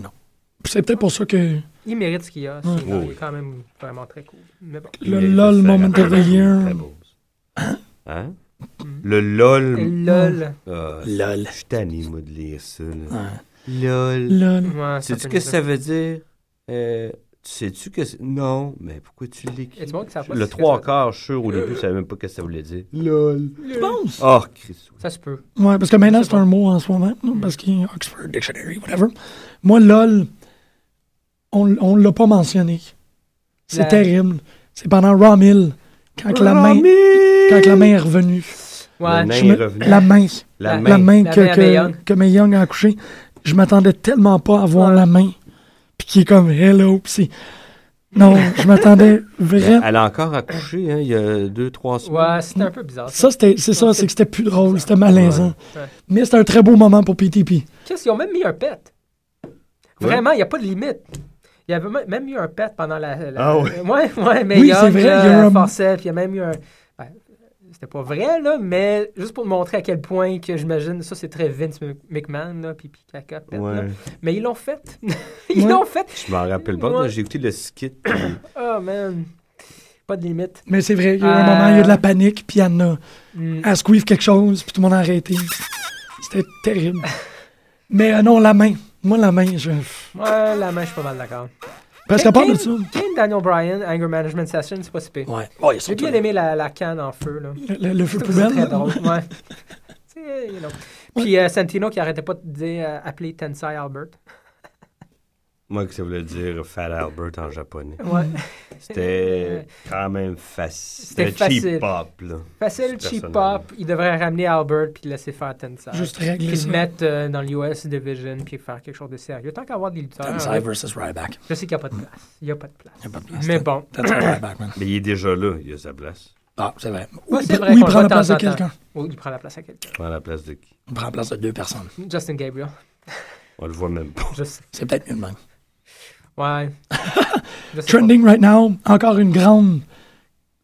S4: Puis C'est peut-être pour ça que
S5: Il mérite ce qu'il a. Cena.
S6: Oui, oui.
S5: Il est quand même vraiment très cool. Mais bon.
S4: le
S6: Il
S4: LOL
S6: mérite de
S4: Moment
S6: faire
S4: of the
S6: attention,
S4: Year.
S6: très beau. Hein? Le LOL.
S5: LOL.
S6: Ah,
S7: Lol.
S6: Je suis tanné, moi, de lire ça. là. LOL.
S4: le.
S5: Ouais,
S6: Sais-tu
S5: peut
S6: que
S5: nous-
S6: ça veut dire? Euh, tu Sais-tu que c'est- Non, mais pourquoi tu
S5: Y a
S6: l'écris?
S5: du monde qui savent pas
S6: Le
S5: ce que
S6: trois
S5: ça-
S6: quarts, je suis sûr, au début, je savais même pas ce que ça voulait dire. LOL. Tu penses? Oh, Chris.
S5: Ça se peut.
S4: Ouais, parce que maintenant, c'est un mot en soi-même, là, parce qu'il y a Oxford Dictionary, whatever. Moi, LOL, on ne l'a pas mentionné. C'est
S5: La-
S4: terrible. C'est pendant Raw 1000, quand, que la, main, quand que la main est revenue.
S5: Ouais.
S6: Le nain
S4: Je me-
S6: est revenu.
S4: La main.
S6: La
S5: la-
S6: main.
S4: La main
S5: La
S4: que,
S5: main à Mae Young.
S4: que, que Mae Young a accouché. Je m'attendais tellement pas à voir
S5: Ouais.
S4: la main. Puis qui est comme hello. Puis c'est. Non, je m'attendais vraiment.
S6: Elle a encore accouché, hein, il y a deux, trois semaines.
S5: Ouais, c'était un peu bizarre. ça.
S4: Ça, c'était, c'est ça, c'est que c'était plus drôle, c'était malaisant.
S5: Ouais.
S4: Mais c'était un très beau moment pour PTP.
S5: Qu'est-ce qu'ils ont même mis un pet? Vraiment, il n'y a pas de limite. Il Il y avait m- même eu un pet pendant la. la-
S6: Ah ouais.
S5: Ouais, ouais, mais
S4: Oui,
S5: Young,
S4: c'est vrai,
S5: là,
S4: il y a eu un-
S5: forçait, puis il y a même eu un. ouais, C'était pas vrai, là, mais juste pour montrer à quel point que j'imagine, ça c'est très Vince Mc- McMahon, là, puis puis caca, pet, là.
S6: Ouais.
S5: Mais ils l'ont fait. ils
S4: Ouais.
S5: l'ont fait.
S6: Je m'en rappelle pas.
S5: Ouais.
S6: mais J'ai écouté le skit. puis-
S5: Oh, man. Pas de limite.
S4: Mais c'est vrai, il y a eu un
S5: Euh.
S4: moment, il y a de la panique, puis elle, en a-
S5: Mm.
S4: elle squeeze quelque chose, puis tout le monde a arrêté. C'était terrible. Mais euh, non, la main. Moi, la main, je...
S5: Ouais, la main, je suis pas mal d'accord.
S4: Parce qu'à part de ça, le,
S5: Kane Daniel Bryan, Anger Management Session, c'est pas si pire.
S7: Ouais. Oh, Ouais, ils sont
S5: J'ai bien
S7: tous-
S5: aimé la, la canne en feu, là.
S4: le- le feu
S5: C'est très
S4: poubelle, là.
S5: drôle, ouais. C'est, you know. Puis euh, Santino qui arrêtait pas de dire, euh, appeler Tensai Albert.
S6: Moi, que ça voulait dire Fat Albert en japonais.
S5: Ouais.
S6: C'était quand même facile.
S5: C'était
S6: C'était
S5: facile.
S6: cheap pop, là.
S5: Facile,
S6: Ce
S5: cheap
S6: personnage.
S5: pop. Il devrait ramener Albert puis le laisser faire Tensai.
S4: Juste régler
S5: Puis
S4: ça.
S5: le mettre euh, dans l'US Division puis faire quelque chose de sérieux. Tant qu'avoir des lutteurs,
S7: Tensai versus Ryback.
S5: je sais qu'il n'y a pas de place. Il n'y a pas de place.
S7: Y a pas
S4: Ah,
S7: de place,
S5: Mais
S7: là.
S5: bon.
S7: Tensai Ryback, man.
S6: Mais il est déjà là, il a sa place.
S7: Ah, c'est vrai. Ou
S5: Ouais,
S7: il
S5: c'est
S7: pr-
S5: vrai
S4: oui,
S5: qu'on
S4: prend la
S5: le voit de
S4: place de
S5: temps en temps.
S4: quelqu'un.
S5: Oui, il prend la place à quelqu'un.
S6: Prends la place de qui
S7: prend la place de deux personnes.
S5: Justin Gabriel.
S6: On le voit même pas.
S5: Je sais.
S7: C'est peut-être mieux de même.
S5: Ouais. Je sais pas.
S4: Trending right now, encore une grande,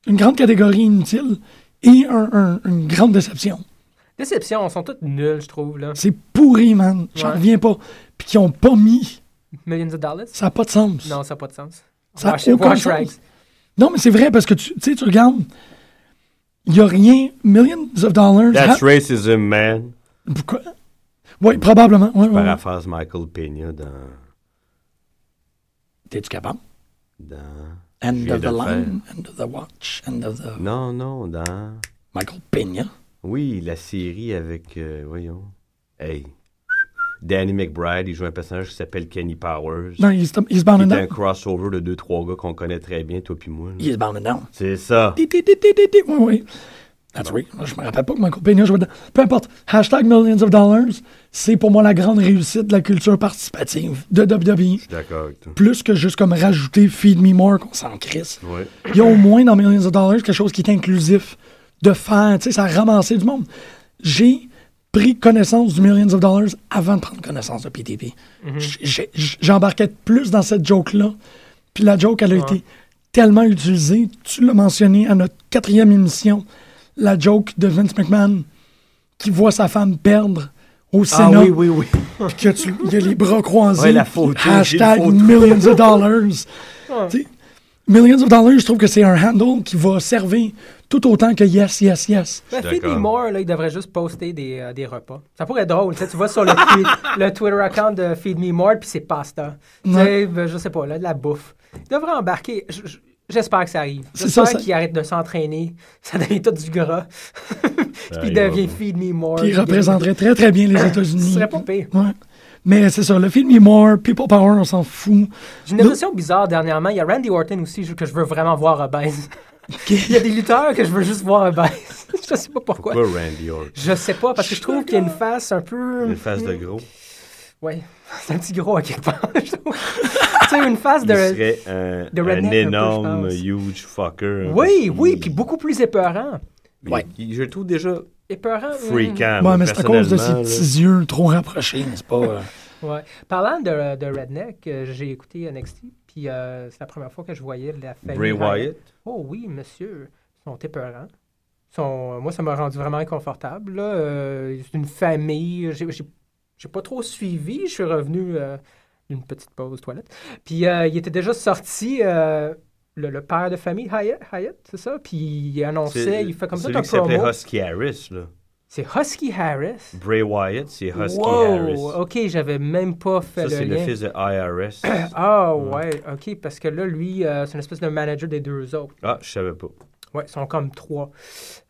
S4: une grande catégorie inutile et un- un- une grande déception.
S5: Déception, ils sont tous nuls, je trouve. Là.
S4: C'est pourri, man. J'en
S5: Ouais.
S4: reviens pas. Puis qu'ils ont pas mis.
S5: Millions of Dollars?
S4: Ça n'a pas de sens.
S5: Non, ça n'a pas de sens.
S4: Ça a
S5: Wash-
S4: aucun
S5: Wash
S4: sens.
S5: Rags.
S4: Non, mais c'est vrai parce que tu, tu sais, tu regardes, il n'y a rien. Millions of dollars.
S6: That's
S4: ha-
S6: racism, man.
S4: Pourquoi? Oui, probablement. Ouais, ouais, ouais.
S6: Paraphrase Michael Pena dans.
S7: T'es-tu capable?
S6: dans...
S7: End
S6: viens
S7: of the
S6: de le faire.
S7: line, end of the watch, end of the...
S6: Non, non, dans.
S7: Michael Peña.
S6: Oui, la série avec. euh, voyons. Hey. Danny McBride, il joue un personnage qui s'appelle Kenny Powers.
S4: Non, il se, il se
S6: qui
S4: bandait
S6: est
S4: dedans.
S6: un crossover de deux, trois gars qu'on connaît très bien, toi puis moi. là.
S7: Il est bounded down.
S6: C'est ça.
S4: Ti, ti, ti, ti, ti, ti. Oui, oui.
S7: That's right. Moi, je me rappelle.
S4: Rappelle pas que ma compagnie jouait dedans. Peu importe. Hashtag millions of dollars, c'est pour moi la grande réussite de la culture participative de WWE.
S7: E.
S6: D'accord avec toi.
S4: Plus que juste comme rajouter Feed Me More qu'on s'en crisse.
S6: Ouais.
S4: Il y a au moins dans Millions of Dollars quelque chose qui est inclusif de faire, tu sais, ça a ramassé du monde. J'ai pris connaissance du Millions of Dollars avant de prendre connaissance de PTP.
S6: Mhm.
S4: J'ai- j'ai- J'embarquais plus dans cette joke-là. Puis la joke, elle a été tellement utilisée. Tu l'as mentionné à notre quatrième émission, la joke de Vince McMahon qui voit sa femme perdre au Sénat.
S6: Ah oui, oui, oui.
S4: Puis que tu- il y a les bras croisés.
S6: Ouais, la photo, j'ai
S4: Hashtag
S6: une photo.
S4: millions of dollars. Tu sais, Millions of dollars, je trouve que c'est un handle qui va servir tout autant que yes, yes, yes.
S5: Ben,
S6: suis
S5: Feed Me
S6: d'accord.
S5: More, là, il devrait juste poster des, euh, des repas. Ça pourrait être drôle. tu sais, Tu vois sur le, tweet- le Twitter account de Feed Me More, puis c'est pasta. Tu sais, ben, je sais pas, là, de la bouffe. Il devrait embarquer. J- j- J'espère que ça arrive.
S4: C'est ça,
S5: J'espère
S4: ça-
S5: qu'il arrête de s'entraîner. Ça devient tout du gras. puis il
S6: il va
S5: devient
S6: pas.
S5: Feed Me More.
S4: Puis il
S5: Puis
S4: représenterait très, très bien les États-Unis.
S5: Ce serait pas pire.
S4: Ouais. Mais c'est ça, le film est mort, People Power, on s'en fout.
S5: J'ai une impression bizarre dernièrement. Il y a Randy Orton aussi je- que je veux vraiment voir obèse. Il y a des lutteurs que je veux juste voir obèse. je sais pas pourquoi.
S6: Pourquoi Randy Orton?
S5: Je sais pas, parce que je trouve qu'il y a une face un peu.
S6: Une face de gros.
S5: Ouais, c'est un petit gros à quelque part. je trouve. tu sais, une face
S6: Il
S5: de.
S6: serait un,
S5: de
S6: un
S5: redneck un peu, je
S6: énorme,
S5: pense.
S6: huge fucker.
S5: Oui,
S6: Il-
S5: oui, puis beaucoup plus épeurant.
S6: il- il- je le trouve déjà
S5: Épeurant. hum.
S6: freakant.
S4: Ouais, mais c'est à cause de ses
S6: Ah, personnellement, là.
S4: petits yeux trop rapprochés.
S7: C'est pas... euh,
S5: Ouais. Parlant de, de Redneck, euh, j'ai écouté NXT, puis euh, c'est la première fois que je voyais la famille.
S6: Bray
S5: Wyatt.
S6: Wyatt.
S5: Oh oui, monsieur, ils sont épeurants. Ils Sont, euh, moi, ça m'a rendu vraiment inconfortable. là. Euh, c'est une famille. J'ai, j'ai, j'ai pas trop suivi. Je suis revenu euh, d'une petite pause toilette. Puis euh, il était déjà sorti. euh, le, le père de famille, Hyatt, Hyatt, c'est ça? Puis il annonçait, il fait comme ça
S6: celui
S5: un
S6: qui s'appelait
S5: promo.
S6: Husky Harris, là.
S5: C'est Husky Harris.
S6: Bray Wyatt, c'est Husky Harris.
S5: Wow! OK, j'avais même pas fait
S6: Ça,
S5: le
S6: c'est le
S5: lien.
S6: fils de IRS.
S5: Ah ouais, OK, parce que là, lui, euh, c'est une espèce de manager des deux autres.
S6: ah, je savais pas.
S5: Ouais, ils sont comme trois.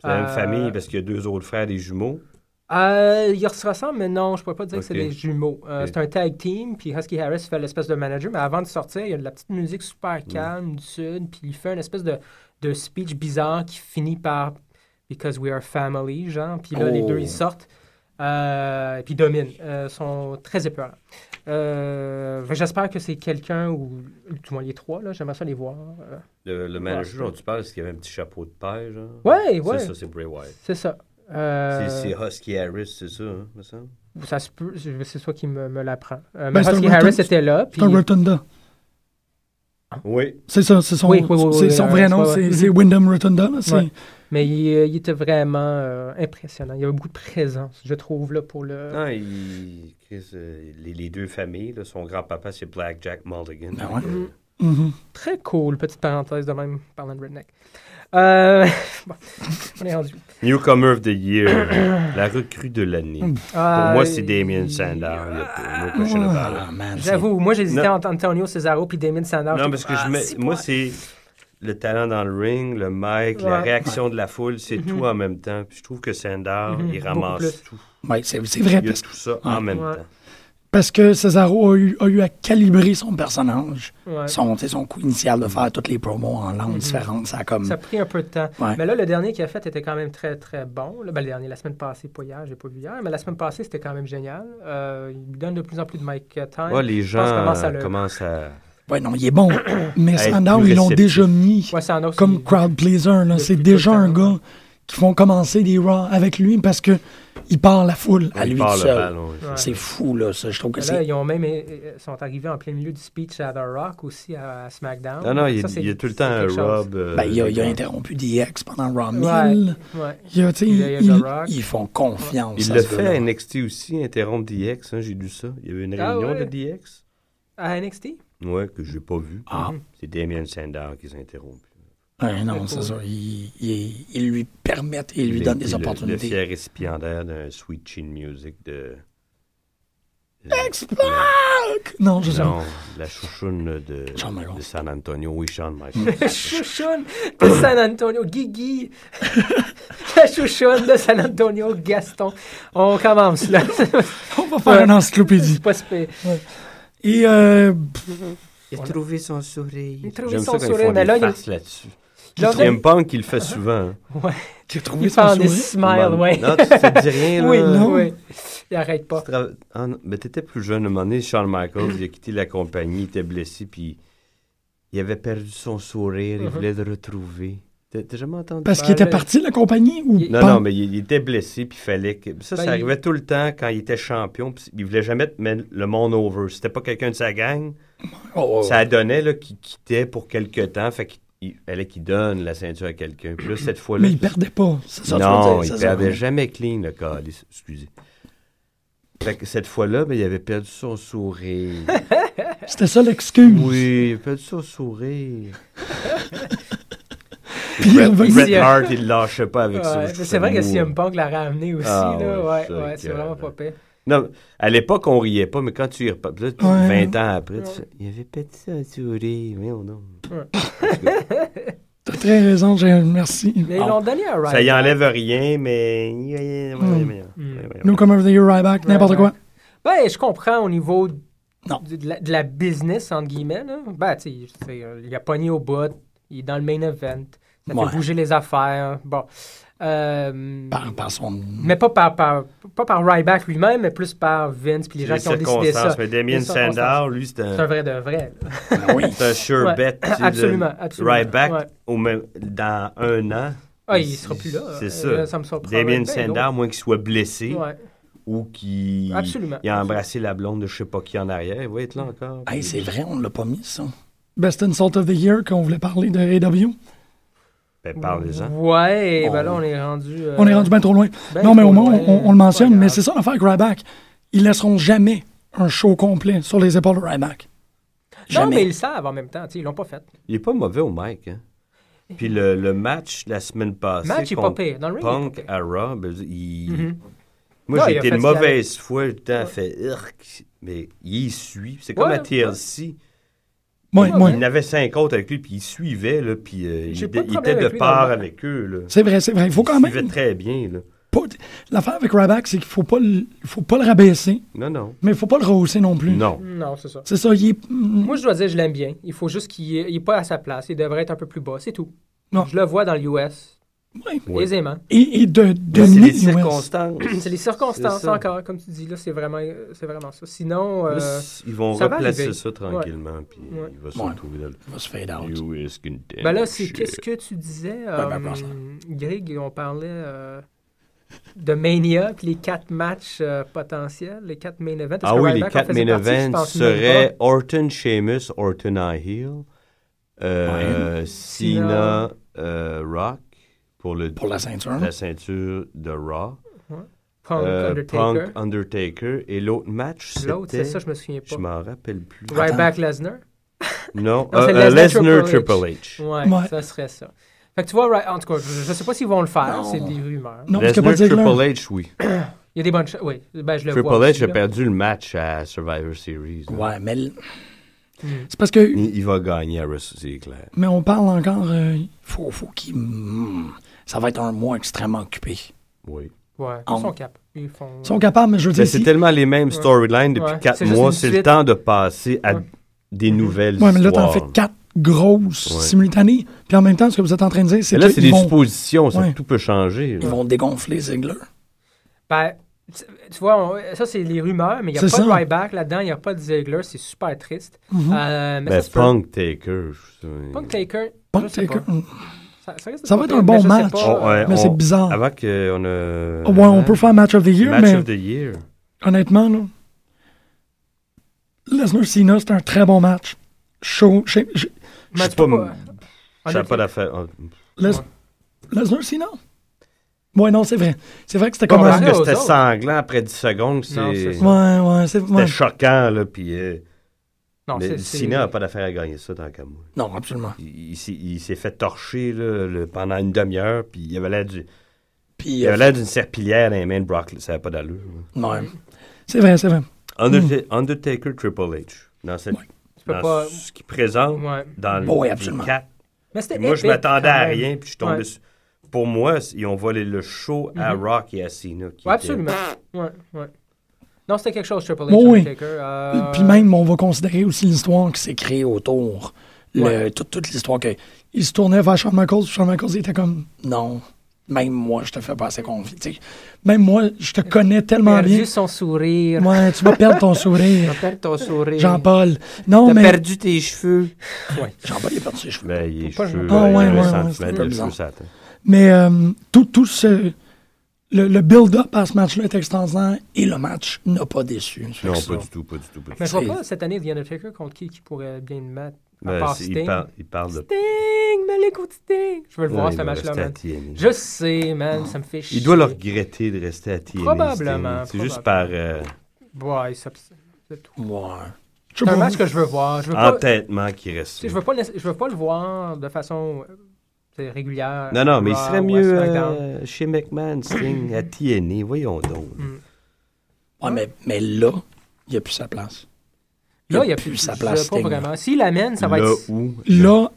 S6: C'est la même
S5: Euh,
S6: famille parce qu'il y a deux autres frères, des jumeaux.
S5: Euh, ils se ressemblent, mais non, je pourrais pas dire que c'est
S6: Ok.
S5: des jumeaux. Euh,
S6: Ok.
S5: C'est un tag team, puis Husky Harris fait l'espèce de manager, mais avant de sortir, il y a de la petite musique super
S6: Mm.
S5: calme du sud, puis il fait une espèce de, de speech bizarre qui finit par Because we are family, genre, puis là, les deux,
S6: Oh.
S5: ils sortent, euh, puis ils dominent. Euh, Ils sont très épeurants. Euh, fait que J'espère que c'est quelqu'un, ou du moins les trois, là, j'aimerais ça les voir. Euh,
S6: Le, le manager dont tu parles, est-ce qu'il avait un petit chapeau de paille, genre?
S5: Ouais, ouais.
S6: C'est ça, c'est Bray Wyatt.
S5: C'est ça. Euh,
S6: C'est- C'est Husky Harris, c'est ça, hein, me semble?
S5: Ça se peut, c'est c'est toi qui me, me l'apprend.
S4: Ben,
S5: Euh, mais
S4: c'est un
S5: Husky
S4: rotund-
S5: Harris était là.
S4: C'est un
S5: puis-
S4: Rotunda.
S5: Ah.
S6: Oui.
S4: C'est ça, c'est son,
S5: Oui, oui, oui,
S4: c'est
S5: oui,
S4: son
S5: oui,
S4: vrai
S5: oui,
S4: nom,
S5: oui,
S4: c'est
S5: oui.
S4: c'est Wyndham Rotunda. là, c'est-
S5: Ouais. Mais il, euh, il était vraiment euh, impressionnant. Il y avait beaucoup de présence, je trouve, là, pour le...
S6: Non, il- Chris, euh, les, les deux familles, là, son grand-papa, c'est Black Jack Mulligan.
S5: Ben
S7: Ah ouais?
S6: Euh,
S4: Mhm.
S5: Très cool, petite parenthèse de même, parlant de redneck. Euh, bon, on est rendu.
S6: Newcomer of the Year, la recrue de l'année. Pour moi,
S5: Euh,
S6: c'est Damien Sandler. Il y a no question about it.
S7: Ah, man. c'est-
S5: J'avoue, moi j'hésitais
S6: Non.
S5: entre Antonio Cesaro puis Damien Sanders. Ah,
S6: Non, parce que je mets, moi, c'est le talent dans le ring, le mic, la
S5: Ouais.
S6: réaction de la foule, c'est tout en même temps. Puis je trouve que Sandar,
S5: Mhm.
S6: il
S5: Beaucoup
S6: ramasse
S5: plus.
S6: tout.
S7: Ouais, c'est c'est
S4: C'est vrai,
S6: Il a
S4: parce,
S6: tout ça en même
S5: Ouais.
S6: temps.
S4: parce que Cesaro a eu, a eu à calibrer son
S7: son personnage.
S5: Ouais. Mm-hmm.
S7: Son, tu sais, son coup initial de faire toutes les promos en langues différentes, ça a comme.
S5: Ça a pris un peu de temps.
S7: Ouais.
S5: Mais là, le dernier qu'il a fait était quand même très, très bon. Là, ben, le dernier, la semaine passée, pas hier, j'ai pas vu hier, mais la semaine passée, c'était quand même génial. Euh, il lui donne de plus en plus de mic time.
S6: Ouais, les
S5: Je pense
S6: gens
S5: qu'il commence à
S6: euh,
S5: le-
S6: commencent à...
S7: Ouais, non, il est bon.
S4: Mais
S6: Être
S4: Sandow,
S6: plus
S4: ils l'ont
S6: réceptif.
S4: déjà mis
S5: Ouais, Sanders,
S4: comme
S5: il-
S4: crowd pleaser. là.
S5: Depuis
S4: C'est
S5: tout
S4: déjà
S5: le
S4: un
S5: temps.
S4: gars qui font commencer des Raw avec lui parce que il part la foule.
S7: À
S6: Il
S7: lui
S6: part
S7: tout
S6: le
S7: seul.
S6: ballon, oui.
S5: Ouais.
S7: C'est fou, là, ça. Je trouve que
S5: Mais Là,
S7: c'est.
S5: ils ont même, euh, sont arrivés en plein milieu du speech à The Rock aussi, à à SmackDown.
S6: Non, non, il, y a-
S5: Ça, c'est-
S6: il y a tout le
S5: c'est
S6: temps un
S5: quelque chose.
S6: Rob. euh,
S7: Ben, il a, il a interrompu DX pendant Raw 1000.
S5: Ouais, ouais.
S4: Il y a, tu sais,
S5: Il y a- il y a
S4: il-
S5: The Rock.
S7: Ils font confiance.
S6: Il
S7: à
S6: l'a
S7: ce
S6: fait
S7: gars-là.
S6: à NXT aussi, interrompre DX. hein, J'ai lu ça. Il y avait une
S5: Ah
S6: réunion
S5: ouais?
S6: de DX.
S5: À NXT?
S6: Ouais, que j'ai pas vu.
S7: Ah.
S6: C'est Damien Sandar qui s'est interrompu.
S7: Ouais, non, c'est
S5: cool.
S7: ça. Ils il, il lui permettent et ils lui
S6: Il a
S7: donnent
S6: été
S7: des
S6: le- Le
S7: opportunités.
S6: fier récipiendaire d'un Sweet Chin Music de.
S4: Explode! Non, je sais pas.
S6: Non, la chouchoune de,
S7: Shawn Michaels.
S6: de San Antonio, oui, Shawn Michaels.
S5: Chouchoune de San Antonio, Guigui. La chouchoune de San Antonio, Gaston. On commence, là.
S4: On va faire une encyclopédie.
S5: C'est pas si pire.
S4: Et euh,
S6: Il a trouvé son sourire.
S5: Il a trouvé
S6: J'aime
S5: son
S6: ça quand ils
S5: sourire,
S6: font
S5: mais
S6: des
S5: là, il-
S6: farces là-dessus.
S5: Là,
S6: CM Punk, il le fait souvent. hein.
S4: tu as trouvé
S5: Il
S4: son
S5: parle des
S4: sourire?
S5: smiles, ouais.
S6: Non, tu ça te dit rien, là.
S5: Oui,
S4: non.
S5: oui. Il arrête pas.
S6: Tu tra- ah non, mais t'étais plus jeune, à un moment donné, Shawn Michaels, il a quitté la compagnie, il était blessé, puis il avait perdu son sourire,
S5: Mhm.
S6: il voulait le retrouver. T'as t'as jamais entendu
S4: Parce qu'il
S5: Ben,
S4: était
S5: là,
S4: parti de la compagnie ou
S5: il-
S6: Non,
S4: pas?
S6: non, mais il, il était blessé, puis il fallait que... Ça,
S5: Ben,
S6: ça
S5: il-
S6: arrivait tout le temps quand il était champion, puis il voulait jamais te mettre le monde over. C'était pas quelqu'un de sa gang,
S7: Oh, oh,
S6: ça donnait là, qu'il quittait pour quelque temps, fait qu'il il fallait qu'il donne la ceinture à quelqu'un. Puis là, cette fois-là...
S4: Mais il perdait pas. C'est ça que tu veux
S6: Non,
S4: dire,
S6: il
S4: c'est ça.
S6: perdait jamais clean, le calice. Excusez. Fait que cette fois-là, ben, il avait perdu son sourire.
S4: C'était ça l'excuse.
S6: oui, il avait perdu son sourire.
S4: Puis il
S6: Bret,
S4: revient-
S6: Bret
S5: Ici, euh,
S6: Hart, il lâchait pas avec ça.
S5: Ouais,
S6: Je
S5: mais
S6: trouve
S5: c'est vrai
S6: ça
S5: que
S6: beau.
S5: CM Punk l'a ramené aussi,
S6: Ah,
S5: là.
S6: ouais,
S5: Ouais,
S6: ça,
S5: ouais, c'est
S6: que-
S5: vraiment pas pire.
S6: Non, à l'époque, on riait pas, mais quand tu y repas, là, tu-
S4: Ouais.
S6: 20 ans après, tu fais, il avait perdu son sourire. Mais non.
S4: T'as très raison, j'ai- merci.
S5: Mais ils l'ont donné à Ryback.
S6: Ah, Ça y enlève rien, mais. Ouais, ouais, ouais,
S5: Hmm.
S6: ouais. Ouais, ouais,
S4: Nous,
S6: ouais.
S4: comme of the Year, Ryback, n'importe quoi.
S5: Ben, je comprends au niveau
S7: Non.
S5: du- de, la, de la business, entre guillemets. Là. Ben, tu sais, je sais, euh, il a pogné au bout, il est dans le main event, ça
S7: Ouais.
S5: fait bouger les affaires. Bon. Euh,
S7: Par, par son.
S5: Mais pas par, par- pas par Ryback lui-même, mais plus par Vince puis les gens
S6: Les
S5: qui ont décidé ça.
S6: circonstances. Mais Damien
S5: Les circonstances.
S6: Sandow, lui, c'était
S5: C'est un vrai de vrai. là.
S7: oui.
S6: C'est un sure
S5: Ouais,
S6: bet. tu sais,
S5: absolument,
S6: de-
S5: absolument,
S6: Ryback,
S5: ouais.
S6: au même, dans un an.
S5: Ah, il sera plus là.
S6: C'est
S5: Euh,
S6: ça.
S5: ça me surprendrait
S6: Damien
S5: bien,
S6: Sandow, moins qu'il soit blessé
S5: Ouais.
S6: ou qu'il
S5: Absolument.
S6: il a embrassé la blonde de je sais pas qui en arrière, il va être là encore.
S7: Hey, c'est vrai, on l'a pas mis, ça.
S4: Best Insult of the Year, qu'on voulait parler de
S5: Euh,
S4: AW.
S6: Ben, parlez-en.
S5: Ouais, et
S7: On-
S5: ben là, on est rendu. euh,
S4: On est rendu bien trop loin.
S5: ben
S4: non, mais au
S5: trop
S4: moins,
S5: loin.
S4: on, on le mentionne,
S5: Pas
S4: mais
S5: grave.
S4: c'est ça l'affaire avec Ryback. Ils laisseront jamais un show complet sur les épaules de Ryback.
S5: Non,
S7: Jamais.
S5: mais ils le savent en même temps. tu sais, Ils l'ont pas fait.
S6: Il est pas mauvais au mic, hein. Puis le, le match la semaine passée.
S5: Eh. Match, il est pas
S6: contre
S5: pire. Dans le ring, il est
S6: Punk
S5: pas pire.
S6: à Raw, ben, il-
S5: Mhm.
S6: Moi,
S5: Non,
S6: j'ai
S5: il a
S6: été
S5: fait
S6: une
S5: ce qu'il
S6: mauvaise foi, le temps a fait irk, mais il suit. C'est comme
S5: Ouais,
S6: à TLC.
S4: Moi, moi,
S6: Il en avait cinq autres avec lui, puis il suivait, là, puis euh, il,
S5: J'ai
S6: était-
S5: pas de
S6: il
S5: problème
S6: était de
S5: avec lui dans
S6: part
S5: le-
S6: avec eux. Là.
S4: C'est vrai, c'est vrai. Il faut quand
S6: Il suivait
S4: même.
S6: très bien. Là.
S4: pas- L'affaire avec Ryback, c'est qu'il faut pas le, il faut pas le rabaisser,
S6: Non, non.
S4: mais il faut pas le rehausser non plus.
S6: Non.
S5: Non, c'est ça.
S4: C'est ça, il est. mm,
S5: Moi, je dois dire, je l'aime bien. Il faut juste qu'il n'est pas à sa place. Il devrait être un peu plus bas. C'est tout.
S4: Non.
S5: Je le vois dans l'US.
S4: ouais.
S6: Oui.
S5: Aisément.
S4: Et, et de
S6: Mais C'est les
S4: Dominique West.
S6: circonstances.
S5: C'est les circonstances
S6: C'est ça.
S5: encore, comme tu dis. Là, c'est vraiment, euh, c'est vraiment ça. Sinon, euh,
S6: Là, c- ils vont
S5: ça va
S6: replacer
S5: arriver.
S6: ça tranquillement, puis
S5: Ouais.
S6: il va se
S7: Ouais.
S6: retrouver dans
S7: On va se fade out.
S6: le... US Contender.
S5: ben là, c'est qu'est-ce que tu disais, euh,
S7: ben, pense-en.
S5: Greg, on parlait euh, de Mania, puis les quatre matchs euh, potentiels, les quatre main events. Est-ce
S6: Ah
S5: que
S6: oui, les
S5: Ryback en
S6: quatre
S5: faisait
S6: main
S5: partie? Je
S6: events
S5: pense même pas.
S6: seraient Orton, Sheamus, Orton, I Heal, Euh, Cena euh, Rock pour, le,
S7: pour la ceinture.
S6: la ceinture de Raw.
S5: Punk,
S6: Euh,
S5: Undertaker.
S6: Punk, Undertaker. Et l'autre match, c'était...
S5: L'autre, c'est ça, je me souviens
S6: Je
S5: pas.
S6: m'en rappelle plus.
S5: Right back Lesnar.
S6: Non,
S5: Non,
S6: euh,
S5: c'est
S6: euh,
S5: Lesnar,
S6: Lesnar Triple
S5: Triple
S6: H.
S5: Ouais,
S4: Ouais.
S5: ça serait ça. Fait que tu vois, right, en tout cas, je, je sais pas s'ils vont le faire,
S7: Non.
S5: c'est des rumeurs.
S4: Non, parce qu'il n'y a
S6: Lesnar
S4: pas de Ziggler.
S6: Triple H, oui.
S5: Il y a des bonnes choses. Oui, ben, je le
S6: Triple
S5: vois.
S6: H
S5: aussi,
S6: a
S5: là.
S6: perdu le match à Survivor Series. là.
S7: Ouais, mais l-
S4: C'est parce que.
S6: Il, il va gagner à Wrestle- c'est clair.
S4: Mais on parle encore. euh,
S7: faut, faut qu'il. hmm, ça va être un mois extrêmement occupé.
S6: Oui.
S5: Ouais,
S7: En-
S5: ils sont cap. Ils font.
S4: ils sont capables, mais je veux
S6: Mais
S4: dire.
S6: c'est
S4: si-
S6: tellement les mêmes storylines depuis
S5: Ouais.
S6: quatre
S5: C'est juste
S6: mois.
S5: une
S6: C'est le
S5: suite.
S6: temps de passer à
S5: Ouais. Mhm.
S6: des nouvelles
S4: Ouais, mais là, t'en
S6: histoires.
S4: fais quatre grosses
S6: Ouais.
S4: simultanées. Puis en même temps, ce que vous êtes en train de dire, c'est
S6: Mais là, c'est
S4: qu'ils
S6: des
S4: vont.
S6: suppositions. ça,
S4: Ouais.
S6: Tout peut changer. là.
S7: Ils vont dégonfler Ziggler.
S5: Ben, tu tu vois, on- ça, c'est les rumeurs, mais il n'y a pas
S4: C'est
S5: de
S4: ça. Mm-hmm.
S5: Ryback là-dedans, il n'y a pas de Ziggler, c'est super triste. Euh, mais
S6: Ben,
S5: ça se peut.
S6: Punk Taker. je sais-
S5: Punk Taker.
S4: Punk
S5: je sais
S4: Taker.
S5: pas. Ça, risque de
S4: Ça va être
S5: tomber,
S4: un bon
S5: mais je sais
S4: match.
S5: pas,
S6: On-
S5: euh,
S6: Oh, ouais,
S4: Mais
S6: on-
S4: c'est bizarre. Ah
S6: Avant euh, qu'on a.
S4: Ouais, on peut faire Match of the Year,
S6: Match
S4: mais
S6: of the Year.
S4: honnêtement, là, Lesnar Cena, c'est un très bon match. Show, je- je-
S6: Je sais
S5: tu
S6: pas.
S5: peux pas-
S6: m- Je sais
S5: Undertaker.
S6: pas d'affaire. oh,
S4: Les-
S5: Ouais.
S4: Lesnar Cena. Ouais, non, c'est vrai. C'est vrai que c'était
S5: Bon,
S4: comme
S5: ben,
S4: un-
S6: Parce
S5: Parlez
S6: que
S5: aux
S6: c'était
S5: autres.
S6: sanglant après 10 secondes.
S5: Non,
S6: C'est.
S5: c'est ça.
S6: C'était
S4: Ouais, ouais, c'est. ouais.
S6: choquant, là. Puis. euh,
S5: Non,
S6: mais
S5: c'est.
S6: Cena n'a pas d'affaire à gagner ça, tant qu'à moi.
S7: Non, absolument.
S6: Il, il s'est- il s'est fait torcher là, le- pendant une demi-heure, puis il avait l'air du-
S7: Puis,
S6: il
S7: euh,
S6: avait l'air d'une serpillière dans les mains de Brock. là, Ça n'a pas d'allure. là.
S7: ouais.
S4: C'est vrai, c'est vrai.
S6: Underta-
S5: Hmm.
S6: Undertaker Triple H. Dans, cette,
S5: peux
S6: dans
S5: pas-
S6: ce qu'il présente,
S5: Ouais.
S6: dans le
S7: Oui,
S6: les
S7: absolument.
S6: quatre.
S5: Mais c'était
S6: Puis moi, je
S5: épique,
S6: m'attendais
S5: quand
S6: à
S5: même.
S6: rien, puis je suis tombé
S5: Ouais.
S6: sur- Pour moi, c- ils ont volé le show à Rock et à Cena. qui
S5: Ouais,
S6: était-
S5: absolument. Ouais, ouais. Non, c'était quelque chose, Triple H.
S4: Bon, oui.
S5: Undertaker, euh,
S4: Puis même, on va considérer aussi l'histoire qui
S7: C'est créé autour. Le,
S5: Ouais.
S7: toute, toute l'histoire que.
S4: il se tournait vers Shawn Michaels, puis Shawn Michaels il était comme
S7: Non, même moi, je te fais pas assez confiance. Tu sais,
S4: même moi, je te connais
S5: Il
S4: tellement
S5: a
S4: bien.
S5: perdu son sourire.
S4: Ouais, tu vas perdre ton sourire,
S5: perdu ton sourire.
S4: Jean-Paul. Non,
S5: T'as
S4: mais
S5: perdu tes cheveux.
S7: Jean-Paul, il a perdu ses cheveux.
S6: Ben, il est
S5: Faut pas-
S6: cheveux,
S4: Ah,
S6: euh, il y
S4: ouais,
S6: avait
S4: ouais, ouais,
S6: un centimètre
S4: c'est
S6: de
S7: bizarre.
S6: cheveux sur la tête.
S4: mais euh, tout tout ce le, le build-up à ce match-là est extraordinaire et le match n'a pas déçu.
S6: Non,
S7: Ça.
S6: pas du tout, pas du tout, pas du
S5: Mais
S6: tout.
S5: je vois pas cette année The Undertaker contre qui qui pourrait bien le mettre. À
S6: Ben,
S5: part
S6: c'est-
S5: Sting.
S6: il, par- il parle de...
S5: Sting, mais les coups de Sting. Je veux le voir,
S6: Non, il
S5: ce
S6: va
S5: match-là,
S6: rester à
S5: man.
S6: TNA.
S5: Je sais, man, ça me fait chier.
S6: ben, Il doit le regretter de rester à TNA.
S5: Probablement,
S6: Sting. C'est juste par... euh,
S5: Ouais, ça- c'est tout.
S7: Ouais.
S4: Je sais
S5: C'est un
S4: pas.
S5: match que je veux voir. Je veux pas,
S6: Ah,
S5: tu
S6: entêtement qui reste.
S5: sais, je veux pas, le laisser- je veux pas le voir de façon euh, tu sais, régulière.
S6: Non, non, mais il
S5: Raw,
S6: serait
S5: ou à
S6: mieux
S5: SmackDown. Mm.
S6: euh, chez McMahon, Sting, à TNA. Voyons donc.
S7: Ouais, mais, mais là, il a plus sa place.
S5: Là, il n'y a plus
S7: sa place.
S5: Pas
S7: Sting.
S5: vraiment. S'il l'amène, ça va
S6: Là
S5: être.
S6: où...
S4: Là,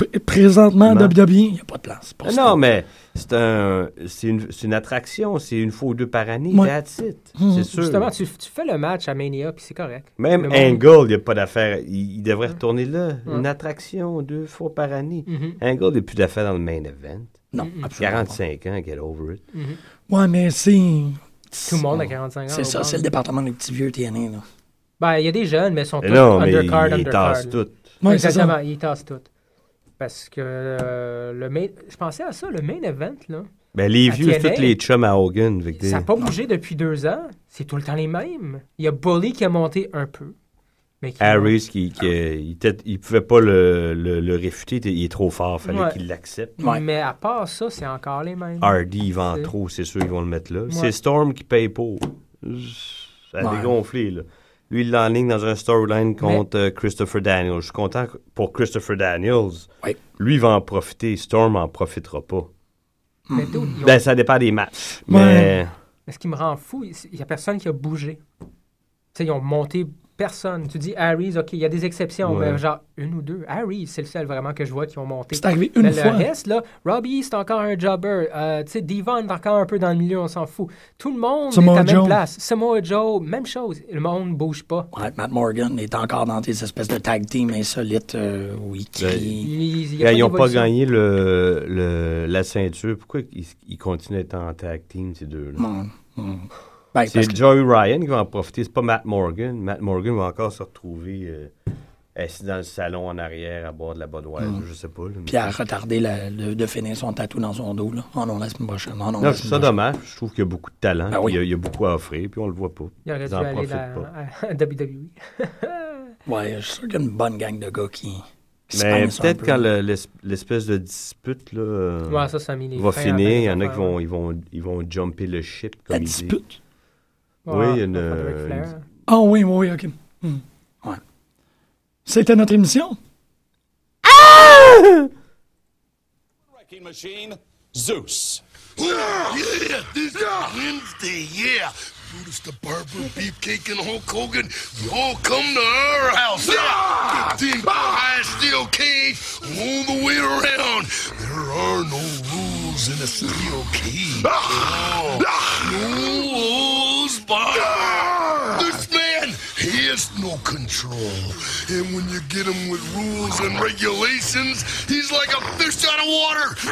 S4: pr- présentement, E,
S6: Non.
S4: WWE,
S7: Il a pas de place. pour
S6: Ah
S7: Sting.
S6: non, mais c'est un, c'est une, c'est une attraction. C'est une fois ou deux par année.
S4: Ouais.
S6: That's it. C'est sûr.
S5: Mm. Justement, tu, tu fais le match à Mania, puis c'est correct.
S6: Même
S5: Le monde- Hein.
S6: Angle, il n'y a pas d'affaire. Il, il devrait retourner là. Une attraction deux fois par année.
S5: Mm-hmm.
S6: Angle, il n'y a plus d'affaires dans le main event.
S7: Non, absolument.
S6: 45 ans, get over it.
S4: ouais, mais c'est
S5: Tout le monde a 45 ans.
S7: C'est
S5: au
S7: ça,
S5: monde.
S7: c'est le département des petits vieux TNA. Là.
S5: Ben, il y a des jeunes, mais ils sont tous
S6: Mais non, mais
S5: undercard,
S6: il, il
S5: undercard.
S6: tasse tout.
S4: ouais, c'est ça.
S5: Exactement, ils tassent tout. Parce que euh, le main... Je pensais à ça, le main event, là.
S6: Ben, les
S5: À
S6: vieux, c'est
S5: TNA,
S6: tous les chums à Hogan. fait que
S5: Ça n'a
S6: des-
S5: pas bougé depuis deux ans. C'est tout le temps les mêmes. Il y a Bully qui a monté un peu. Mais qui...
S6: Harris, qui, qui,
S5: Ah.
S6: euh, il, était- il pouvait pas le, le- le réfuter, il était- il est trop fort, fallait
S5: Ouais.
S6: qu'il l'accepte.
S7: Ouais.
S5: Mais à part ça, c'est encore les mêmes.
S6: Hardy, il vend
S5: C'est-
S6: trop, c'est sûr, ils vont le mettre là.
S5: Ouais.
S6: C'est Storm qui paye pour. Ça a
S7: Ouais.
S6: dégonflé, là. Lui, il l'enligne dans un storyline contre euh, Christopher Daniels. Je suis content que- pour Christopher Daniels.
S7: Ouais.
S6: Lui, il va en profiter. Storm en profitera pas.
S5: Mais d'où ils ont-
S6: Ben, ça dépend des matchs.
S4: Ouais.
S6: Mais
S5: Mais ce qui me rend fou, il n'y a personne qui a bougé. Tu sais, ils ont monté personne. Tu dis Harry's, OK, il y a des exceptions,
S6: Ouais.
S5: mais genre une ou deux. Harry's, c'est le seul vraiment que je vois qui ont monté.
S4: C'est arrivé une
S5: mais
S4: fois.
S5: le reste, là, Robbie, c'est encore un jobber. Euh, tu sais, Devon, est encore un peu dans le milieu, on s'en fout. Tout le monde
S4: Samoa
S5: est à la même
S4: Joe.
S5: place. Samoa Joe, même chose. Le monde ne bouge pas.
S7: Ouais, Matt Morgan est encore dans des espèces de tag team insolites euh, où il
S6: Ben,
S7: crie.
S5: Ils
S6: euh, gars, ils n'ont pas
S5: d'évolution.
S6: gagné le, le- la ceinture. Pourquoi ils, ils continuent à être en tag team, ces deux-là?
S7: Hum, hum. Ben, parce
S6: C'est
S7: que
S6: Joey Ryan qui va en profiter, c'est pas Matt Morgan. Matt Morgan va encore se retrouver euh, assis dans le salon en arrière à boire de la Budweiser, je sais pas. là, mais-
S7: Pierre a retardé la- le- de finir son tatou dans son dos. Là. Oh non, la semaine prochaine. Oh non,
S6: Non,
S7: la
S6: je trouve ça
S7: semaine prochaine.
S6: dommage. Je trouve qu'il y a beaucoup de talent.
S7: Ah oui.
S6: puis il, y a, il y a beaucoup à offrir, puis on le voit pas.
S5: Il aurait
S6: Ils
S5: dû
S6: en
S5: aller
S6: profitent
S5: là,
S6: pas.
S5: à E. WWE.
S7: Ouais, je suis sûr qu'il y a une bonne gang de gars qui,
S9: Ils se
S6: Mais
S9: pensent un
S6: peut-être
S9: peu.
S6: quand le- l'es- l'espèce de dispute là, euh,
S5: Ouais, ça, ça a mis les
S6: va
S5: freins à
S6: finir,
S5: bien
S6: il y en a
S5: des
S6: qui
S5: affaires.
S6: vont, ils vont, ils vont jumper le ship, comme
S9: La
S6: ils disent.
S9: dispute.
S6: Oui, il y a une-
S5: pas de Ric Flair.
S7: Ah oui, oui, oui, OK. Hmm.
S9: Ouais.
S7: C'était notre émission.
S2: Wrecking machine, Zeus.
S8: Yeah, this Wednesday, yeah. Brutus the Barber, Beefcake, and Hulk Hogan, you all come to our house. Yeah. Fifteen high steel cage all the way around. There are no rules in a steel cage. Oh, no rules, Barber. This man, he has no control. And when you get him with rules and regulations, he's like a fish out of water.